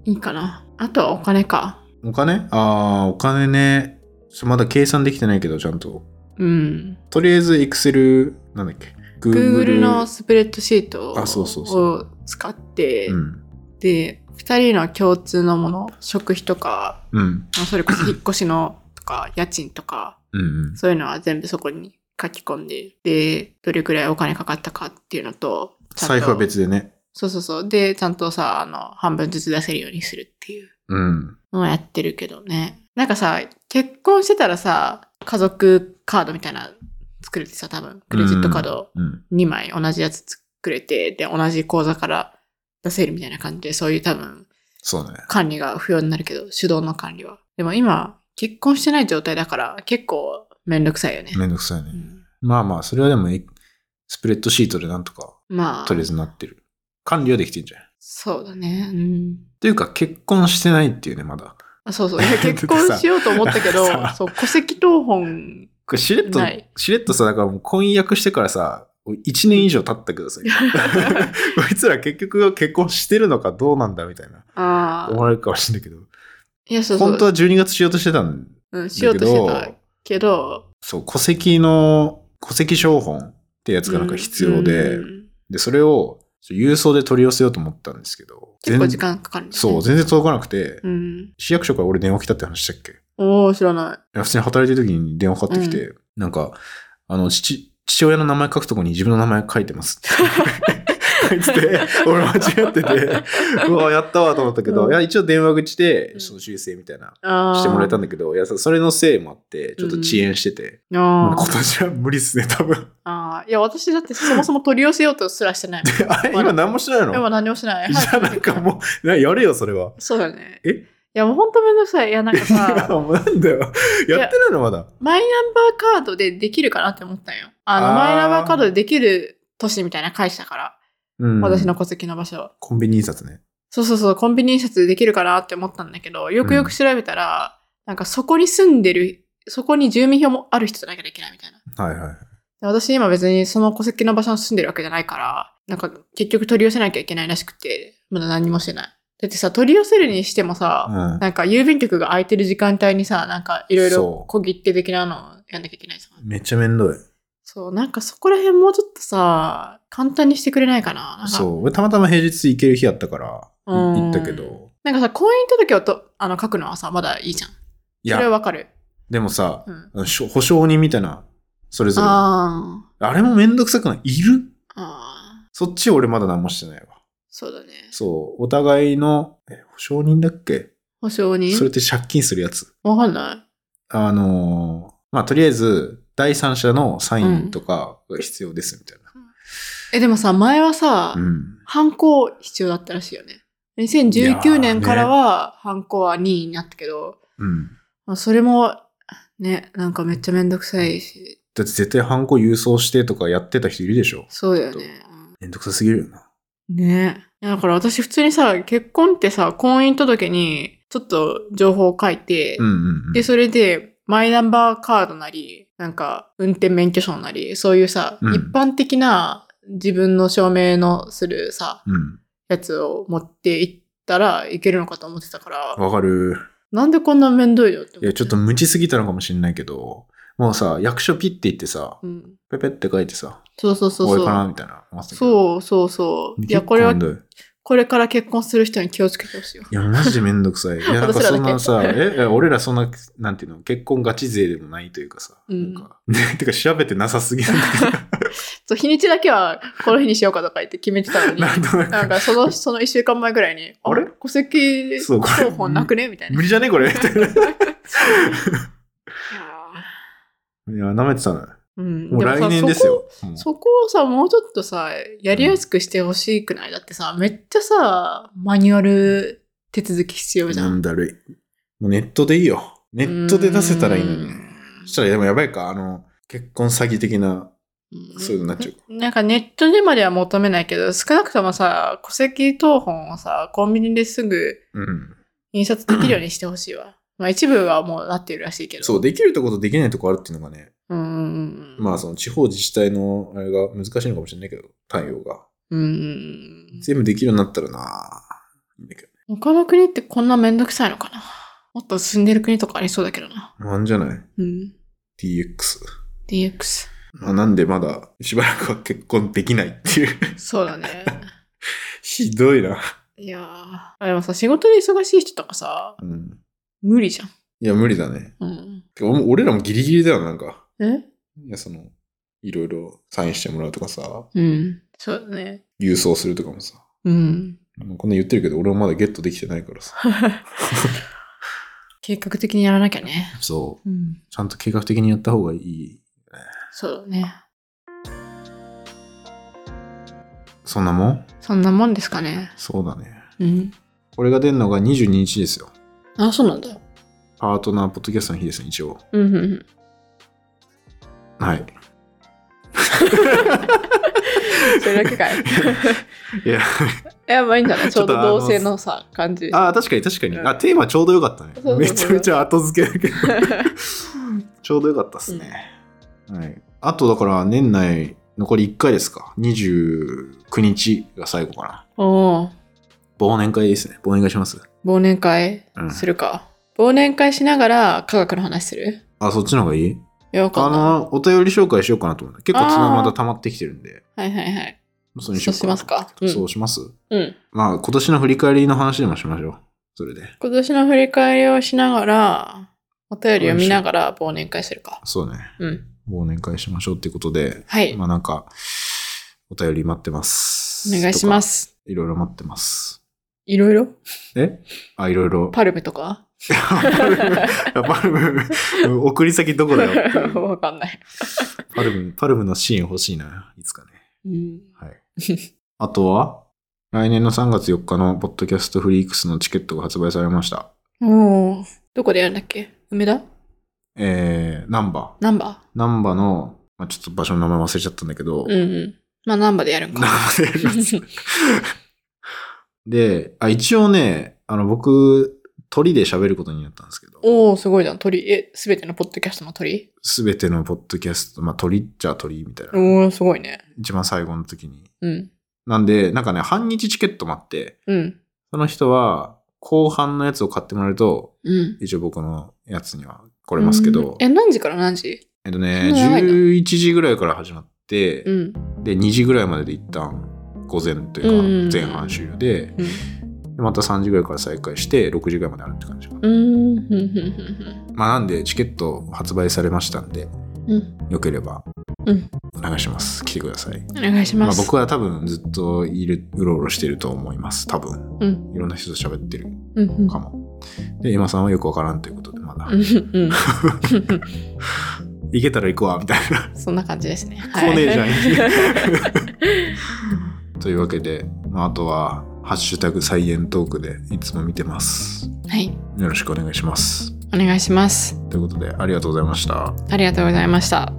[SPEAKER 2] いいかな。あとはお金か。
[SPEAKER 1] お金ああ、お金ね。ちょっとまだ計算できてないけど、ちゃんと。
[SPEAKER 2] うん。
[SPEAKER 1] とりあえず、Excel、なんだっけ
[SPEAKER 2] Google のスプレッドシートを
[SPEAKER 1] あそうそうそ
[SPEAKER 2] を使って、
[SPEAKER 1] うん。
[SPEAKER 2] で、二人の共通のもの、食費とか、
[SPEAKER 1] うん。
[SPEAKER 2] まあそ
[SPEAKER 1] [LAUGHS]
[SPEAKER 2] れこそ引っ越しのとか、家賃とか、
[SPEAKER 1] うんうん。
[SPEAKER 2] そういうのは全部そこに書き込んで、で、どれくらいお金かかったかっていうのと、ちゃんと
[SPEAKER 1] 財布は。別でね。
[SPEAKER 2] そうそうそう。で、ちゃんとさ、あの、半分ずつ出せるようにするっていう
[SPEAKER 1] うん。
[SPEAKER 2] のをやってるけどね。なんかさ、結婚してたらさ、家族カードみたいな作れてさ、多分、クレジットカード
[SPEAKER 1] うん。
[SPEAKER 2] 2枚同じやつ作れて、で、同じ口座から出せるみたいな感じで、そういう多分、
[SPEAKER 1] そうね。
[SPEAKER 2] 管理が不要になるけど、手動の管理は。でも今、結婚してない状態だから、結構めんどくさいよね。
[SPEAKER 1] めんどくさいうね。
[SPEAKER 2] ん
[SPEAKER 1] まあまあ、それはでも、えスプレッドシートでなんとか、
[SPEAKER 2] まあ、
[SPEAKER 1] とりあえずなってる。管理はできてんじゃん。っ
[SPEAKER 2] そうだね。うん。
[SPEAKER 1] ていうか、結婚してないっていうね、まだ。
[SPEAKER 2] あそ
[SPEAKER 1] [LAUGHS]
[SPEAKER 2] うそう。いや結婚しようと思ったけど
[SPEAKER 1] だってさ、
[SPEAKER 2] そう、戸籍謄本、
[SPEAKER 1] これしれっと
[SPEAKER 2] ない、
[SPEAKER 1] しれっとさ、だからもう婚約してからさ、1年以上経ったけど
[SPEAKER 2] [LAUGHS]
[SPEAKER 1] さ、こいつら結局結婚してるのかどうなんだみたいな、
[SPEAKER 2] あ
[SPEAKER 1] 思
[SPEAKER 2] あ。
[SPEAKER 1] われるかもしれないけど、
[SPEAKER 2] いや、そうそう。
[SPEAKER 1] 本当は12月しようとしてたん
[SPEAKER 2] うん、しよ
[SPEAKER 1] だ
[SPEAKER 2] う
[SPEAKER 1] け
[SPEAKER 2] としてた
[SPEAKER 1] ど、
[SPEAKER 2] けど、
[SPEAKER 1] そう、戸籍の、戸籍抄本ってやつがなんか必要で、
[SPEAKER 2] うん
[SPEAKER 1] で、それを郵送で取り寄せようと思ったんですけど、
[SPEAKER 2] 結構
[SPEAKER 1] 全
[SPEAKER 2] 時間かかる、ね。
[SPEAKER 1] そう、全然届かなくて、
[SPEAKER 2] うん。
[SPEAKER 1] 市役所から俺電話来たって話したっけい
[SPEAKER 2] おー、知らない。
[SPEAKER 1] や普通に働いてる時に電話かかってきて、なんか、あの、父、父親の名前書くとこに自分の名前書いて
[SPEAKER 2] [LAUGHS]
[SPEAKER 1] ますって。書いてて、俺間違って
[SPEAKER 2] [LAUGHS]
[SPEAKER 1] て、うわ、やったわと思ったけど、
[SPEAKER 2] うん
[SPEAKER 1] いや、一応電話口
[SPEAKER 2] う
[SPEAKER 1] で、
[SPEAKER 2] ん
[SPEAKER 1] その修正みたいな、
[SPEAKER 2] ああ。
[SPEAKER 1] してもらえたん
[SPEAKER 2] だ
[SPEAKER 1] だけど、いや、それのせいもあって、ちょっと遅延してて、
[SPEAKER 2] けど。あ
[SPEAKER 1] 今
[SPEAKER 2] ー
[SPEAKER 1] 年は無理っすね、多分。
[SPEAKER 2] あー。いや、私だってそもそも取り寄せようとすらしてない。
[SPEAKER 1] あれ今何もしてないの
[SPEAKER 2] 今何もしない。
[SPEAKER 1] じゃあなんかもう、なやれよ、それは。
[SPEAKER 2] そうだね。
[SPEAKER 1] え
[SPEAKER 2] や、もうほんとめんどくさい。いや、なんか
[SPEAKER 1] [LAUGHS] いや
[SPEAKER 2] さ、
[SPEAKER 1] もうなんだよ。やってないのまだ。
[SPEAKER 2] マイナンバーカードでできるかなって思ったんよ。あの、
[SPEAKER 1] あー
[SPEAKER 2] マイナンバーカードでできる都市みたいな会社から、
[SPEAKER 1] うん、
[SPEAKER 2] 私の戸籍の場所は。
[SPEAKER 1] コンビニ印刷ね。
[SPEAKER 2] そうそうそう、コンビニ印刷でできるかなって思ったんだけど、よくよく調べたら、なんかそこに住んでる、そこに住民票もある人じゃなきゃいけないみたいな。
[SPEAKER 1] はいはい。
[SPEAKER 2] で私今別にその戸籍の場所に住んでるわけじゃないから、なんか結局取り寄せなきゃいけないらしくて、まだ何もしてない。だってさ、取り寄せるにしてもさ、
[SPEAKER 1] うん、
[SPEAKER 2] なんか郵便局が空いてる時間帯にさ、なんかいろい
[SPEAKER 1] そ
[SPEAKER 2] ろ
[SPEAKER 1] う
[SPEAKER 2] 小切手的なのをやんなきゃいけないさ。
[SPEAKER 1] めっちゃめんどい。
[SPEAKER 2] そう、なんかそこら辺もうちょっとさ、簡単にしてくれないかな。なんか
[SPEAKER 1] そう。俺たまたま平日行ける日やったから、い
[SPEAKER 2] うん
[SPEAKER 1] 行ったけど。
[SPEAKER 2] なんかさ、婚姻届をとあの書くのはさ、まだいいじゃん。
[SPEAKER 1] い
[SPEAKER 2] それは
[SPEAKER 1] や、
[SPEAKER 2] わかる。
[SPEAKER 1] でもさ、
[SPEAKER 2] うん。
[SPEAKER 1] しょ保証人みたいな、それぞれ。あ
[SPEAKER 2] あー
[SPEAKER 1] れもめんどくさくないいる
[SPEAKER 2] あー。
[SPEAKER 1] そっち俺まだ何もしてないわ。
[SPEAKER 2] そうだね。
[SPEAKER 1] そう。お互いの、え、保証人だっけ
[SPEAKER 2] 保証人
[SPEAKER 1] それって借金するやつ。
[SPEAKER 2] わかんな
[SPEAKER 1] あのーまあ、とりあえず、第三者のサインとかが必要ですみたい
[SPEAKER 2] い。え、でもさ、前はさ、
[SPEAKER 1] な。うん。
[SPEAKER 2] 犯行必要だったらしいよね。
[SPEAKER 1] いやー
[SPEAKER 2] 2019
[SPEAKER 1] ね
[SPEAKER 2] 年からは犯行は任意になったけど、
[SPEAKER 1] うん。
[SPEAKER 2] まあそれも、ね、なんかめっちゃめんどくさいし、
[SPEAKER 1] だって絶対ハンコ郵送してとかやってた人いるでしょ。
[SPEAKER 2] そうだよね。
[SPEAKER 1] めんどくさすぎるよな。
[SPEAKER 2] うんね。いやだから私普通にさ、結婚ってさ、婚姻届にちょっと情報を書いて、
[SPEAKER 1] うんうん、うん。
[SPEAKER 2] で、それで、マイナンバーカードなり、なんか、運転免許証なり、そういうさ、
[SPEAKER 1] うん
[SPEAKER 2] 一般的な自分の証明のするさ、
[SPEAKER 1] うん。
[SPEAKER 2] やつを持っていったらいけるのかと思ってたから、
[SPEAKER 1] わかる。
[SPEAKER 2] なんでこんなめんどいよって思って。
[SPEAKER 1] いや、ちょっと、無知すぎたのかもしんないけど、もうさ、役所ピッて行ってさ、
[SPEAKER 2] うん。
[SPEAKER 1] ペペって書いてさ、
[SPEAKER 2] そうそうそう
[SPEAKER 1] 終わりかな
[SPEAKER 2] そう。
[SPEAKER 1] みたいな。う。
[SPEAKER 2] そうそうそう。いや、
[SPEAKER 1] 結
[SPEAKER 2] こ
[SPEAKER 1] 構
[SPEAKER 2] れ
[SPEAKER 1] め
[SPEAKER 2] は
[SPEAKER 1] ん、どい。
[SPEAKER 2] これから結婚する人に気をつけてほしいよ。
[SPEAKER 1] いや、マジでめんどく
[SPEAKER 2] [LAUGHS]
[SPEAKER 1] さい。いや、なんか
[SPEAKER 2] 私らだ
[SPEAKER 1] そ
[SPEAKER 2] け
[SPEAKER 1] んなさ、え、え俺らそんな、なんていうの、結婚ガチ勢でもないというかさ、
[SPEAKER 2] うん
[SPEAKER 1] なんか、ね、 [LAUGHS] てか調べてなさすぎなんだ
[SPEAKER 2] そう、日にちだけは、この日にしようかとか言って決めてた
[SPEAKER 1] け
[SPEAKER 2] の [LAUGHS] に
[SPEAKER 1] ど、、なんと
[SPEAKER 2] な
[SPEAKER 1] なんく、
[SPEAKER 2] か、その、 [LAUGHS] その一週間前ぐらいに、
[SPEAKER 1] あれ
[SPEAKER 2] 戸籍
[SPEAKER 1] そうこれ
[SPEAKER 2] 情報なくねみたいな
[SPEAKER 1] 無。理じゃねこれみたいな。い
[SPEAKER 2] い
[SPEAKER 1] や、
[SPEAKER 2] や
[SPEAKER 1] 舐めてたのよ。
[SPEAKER 2] ーうん
[SPEAKER 1] もう来年です。よ。もう
[SPEAKER 2] そこそこをさ、もうちょっとさ、やりやすくしてほしくない、だってさ、めっちゃさ、マニュアル手続き必要じゃ
[SPEAKER 1] なん
[SPEAKER 2] ん。
[SPEAKER 1] だるい。もうネットでいいよ。ネットで出せたらいいのに
[SPEAKER 2] う。ん
[SPEAKER 1] そしたら、でもやばいか、あの、結婚詐欺的な。
[SPEAKER 2] ん
[SPEAKER 1] そういうのになっちゃうか
[SPEAKER 2] なんかネットでまでは求めないけど、少なくともさ、戸籍謄本をさ、コンビニですぐ
[SPEAKER 1] うん。
[SPEAKER 2] 印刷できるようにしてほしいわ。まあ一部はもうなっているらしいけど。
[SPEAKER 1] そう、できるとことできないとこあるっていうのがね、
[SPEAKER 2] うんうんうん。
[SPEAKER 1] まあその地方自治体のあれが難しいのかもしれないけど、対応が。
[SPEAKER 2] うんうんうん。
[SPEAKER 1] 全部できるようになったらなぁ。いいんだけど
[SPEAKER 2] 他の国ってこんなめんどくさいのかなもっと進んでる国とかありそうだけどな。
[SPEAKER 1] ね。なんじゃない
[SPEAKER 2] うん。
[SPEAKER 1] ?DX。
[SPEAKER 2] DX。
[SPEAKER 1] まあ、なんでまだしばらくは結婚できないっていう。 [LAUGHS]
[SPEAKER 2] そうだね。
[SPEAKER 1] ひどいな。
[SPEAKER 2] いやーあ。でもさ、仕事で忙しい人とかさ、
[SPEAKER 1] うん。
[SPEAKER 2] 無理じゃん。
[SPEAKER 1] いや、無理だね。
[SPEAKER 2] うん。
[SPEAKER 1] てか俺も俺らもギリギリだよ、なんか。
[SPEAKER 2] え
[SPEAKER 1] いや、その、いろいろサインしてもらうとかさ、
[SPEAKER 2] うん。そうだね。
[SPEAKER 1] 郵送するとかもさ。
[SPEAKER 2] うん。
[SPEAKER 1] もうこんな言ってるけど、俺もまだゲットできてないからさ。
[SPEAKER 2] 計画的にやらなきゃね。
[SPEAKER 1] [LAUGHS] そう。
[SPEAKER 2] うん。
[SPEAKER 1] ちゃんと計画的にやった方がいい。
[SPEAKER 2] そうだね。
[SPEAKER 1] そんなもん
[SPEAKER 2] そんなもんですかね。
[SPEAKER 1] そうだね。
[SPEAKER 2] うん。
[SPEAKER 1] これが出るのが22日ですよ。
[SPEAKER 2] あ、そうなんだ。
[SPEAKER 1] パートナーポッドキャストの日ですね、一応。
[SPEAKER 2] うんうんうん。
[SPEAKER 1] はい。
[SPEAKER 2] それだ
[SPEAKER 1] [LAUGHS]
[SPEAKER 2] けかい。
[SPEAKER 1] いや、
[SPEAKER 2] いやばいいんじゃないちょう
[SPEAKER 1] ちょ
[SPEAKER 2] ど
[SPEAKER 1] っとあの
[SPEAKER 2] 同性のさ、感じ。
[SPEAKER 1] ああ、確かに確かに。
[SPEAKER 2] うん
[SPEAKER 1] あ、テーマちょうどよかったね。
[SPEAKER 2] そうそうそう
[SPEAKER 1] めちゃめちゃ後付けだけ [LAUGHS] ど。ちょうどよかったっすね。はい。あと、だから、年内残り1回ですか。29日が最後かな。
[SPEAKER 2] [LAUGHS] おー
[SPEAKER 1] 忘年会ですね。忘年会します。
[SPEAKER 2] 忘年会
[SPEAKER 1] うん
[SPEAKER 2] するか、忘年会しながら科学の話する
[SPEAKER 1] あ、そっちの方がいい
[SPEAKER 2] よか
[SPEAKER 1] あ
[SPEAKER 2] んない
[SPEAKER 1] の、お便り紹介しようかなと思うんだ結構、つ
[SPEAKER 2] あ
[SPEAKER 1] な
[SPEAKER 2] ー
[SPEAKER 1] まだ溜まってきてるんで、
[SPEAKER 2] はいはいはい。
[SPEAKER 1] それにしようかなと思って
[SPEAKER 2] そうしますか
[SPEAKER 1] そ
[SPEAKER 2] うん
[SPEAKER 1] うします。
[SPEAKER 2] うん。
[SPEAKER 1] まあ、今年の振り返りの話でもしましょう。それで。
[SPEAKER 2] 今年の振り返りをしながら、お便りを見ながら忘年会するか。
[SPEAKER 1] そうね。
[SPEAKER 2] うん。
[SPEAKER 1] 忘年会しましょうっていうことで、
[SPEAKER 2] はい。
[SPEAKER 1] まあなんか、お便り待ってます。
[SPEAKER 2] お願いしま。す。
[SPEAKER 1] いろいろ待ってます。
[SPEAKER 2] いろいろ
[SPEAKER 1] えあ、いろいろ。
[SPEAKER 2] パルムとか
[SPEAKER 1] パルム、 [LAUGHS] パルム、送り先どこだ
[SPEAKER 2] [LAUGHS]
[SPEAKER 1] よっていう
[SPEAKER 2] わかんない。
[SPEAKER 1] パルム、パルムのシーン欲しいな。いつかね。
[SPEAKER 2] うん。
[SPEAKER 1] はい。あとは、来年の3月4日のポッドキャストフリークスのチケットが発売されました。
[SPEAKER 2] もう、どこでやるんだっけ梅田
[SPEAKER 1] えー、ナンバー。
[SPEAKER 2] ナンバ
[SPEAKER 1] ナンバーの、まあ、ちょっと場所の名前忘れちゃったんだけど、
[SPEAKER 2] ーうんうん。まあ、ナンバーでやるん
[SPEAKER 1] ナンバ
[SPEAKER 2] か。 [LAUGHS]
[SPEAKER 1] ーでやります。で、あ、一応ね、あの、僕、鳥で喋ることになったんですけど、
[SPEAKER 2] おー、すごいじゃん。鳥。え、すべてのポッドキャストの鳥
[SPEAKER 1] すべてのポッドキャスト、まあ、鳥っちゃ鳥みたい
[SPEAKER 2] お
[SPEAKER 1] な。
[SPEAKER 2] ー、すごいね。
[SPEAKER 1] 一番最後の時に。
[SPEAKER 2] うん。
[SPEAKER 1] なんで、なんかね、半日チケットもあって、
[SPEAKER 2] うん。
[SPEAKER 1] その人は、後半のやつを買ってもらえると、
[SPEAKER 2] うん。
[SPEAKER 1] 一応僕のやつには来れますけど、
[SPEAKER 2] え、何時から何時
[SPEAKER 1] えっとね、
[SPEAKER 2] そんな長いの
[SPEAKER 1] 11時ぐらいから始まって、
[SPEAKER 2] うん。
[SPEAKER 1] で、2時ぐらいまでで一旦、午前と
[SPEAKER 2] うんうんう
[SPEAKER 1] い
[SPEAKER 2] ん
[SPEAKER 1] うか、前半終了で、
[SPEAKER 2] うん。
[SPEAKER 1] でまた3時ぐらいから再開して、6時ぐらいまであるって感じかな。
[SPEAKER 2] うん。うん。うん
[SPEAKER 1] まあ、なんで、チケット発売されましたんで、
[SPEAKER 2] うん。うん。
[SPEAKER 1] よければ、
[SPEAKER 2] うん
[SPEAKER 1] お願いします。来てください。
[SPEAKER 2] お願いし
[SPEAKER 1] ま
[SPEAKER 2] ま
[SPEAKER 1] あ、
[SPEAKER 2] す。
[SPEAKER 1] 僕は多分ずっといる、うろうろしてると思います。多分。
[SPEAKER 2] うん。
[SPEAKER 1] いろんな人と喋ってる
[SPEAKER 2] うん。うん。
[SPEAKER 1] かも。で、エマさんはよくわからんということで、まだ [LAUGHS]
[SPEAKER 2] う。んうん。
[SPEAKER 1] 行けたら行くわ、みたいな。
[SPEAKER 2] そんな感じですね。
[SPEAKER 1] 来ねえじゃん
[SPEAKER 2] は
[SPEAKER 1] [LAUGHS]
[SPEAKER 2] い
[SPEAKER 1] というわけで、まあ、あとは、ハッシュタグサイエントークでいつも見てます。
[SPEAKER 2] はい。
[SPEAKER 1] よろしくお願いします。
[SPEAKER 2] お願いします。
[SPEAKER 1] ということで、ありがとうございました。
[SPEAKER 2] ありがとうございました。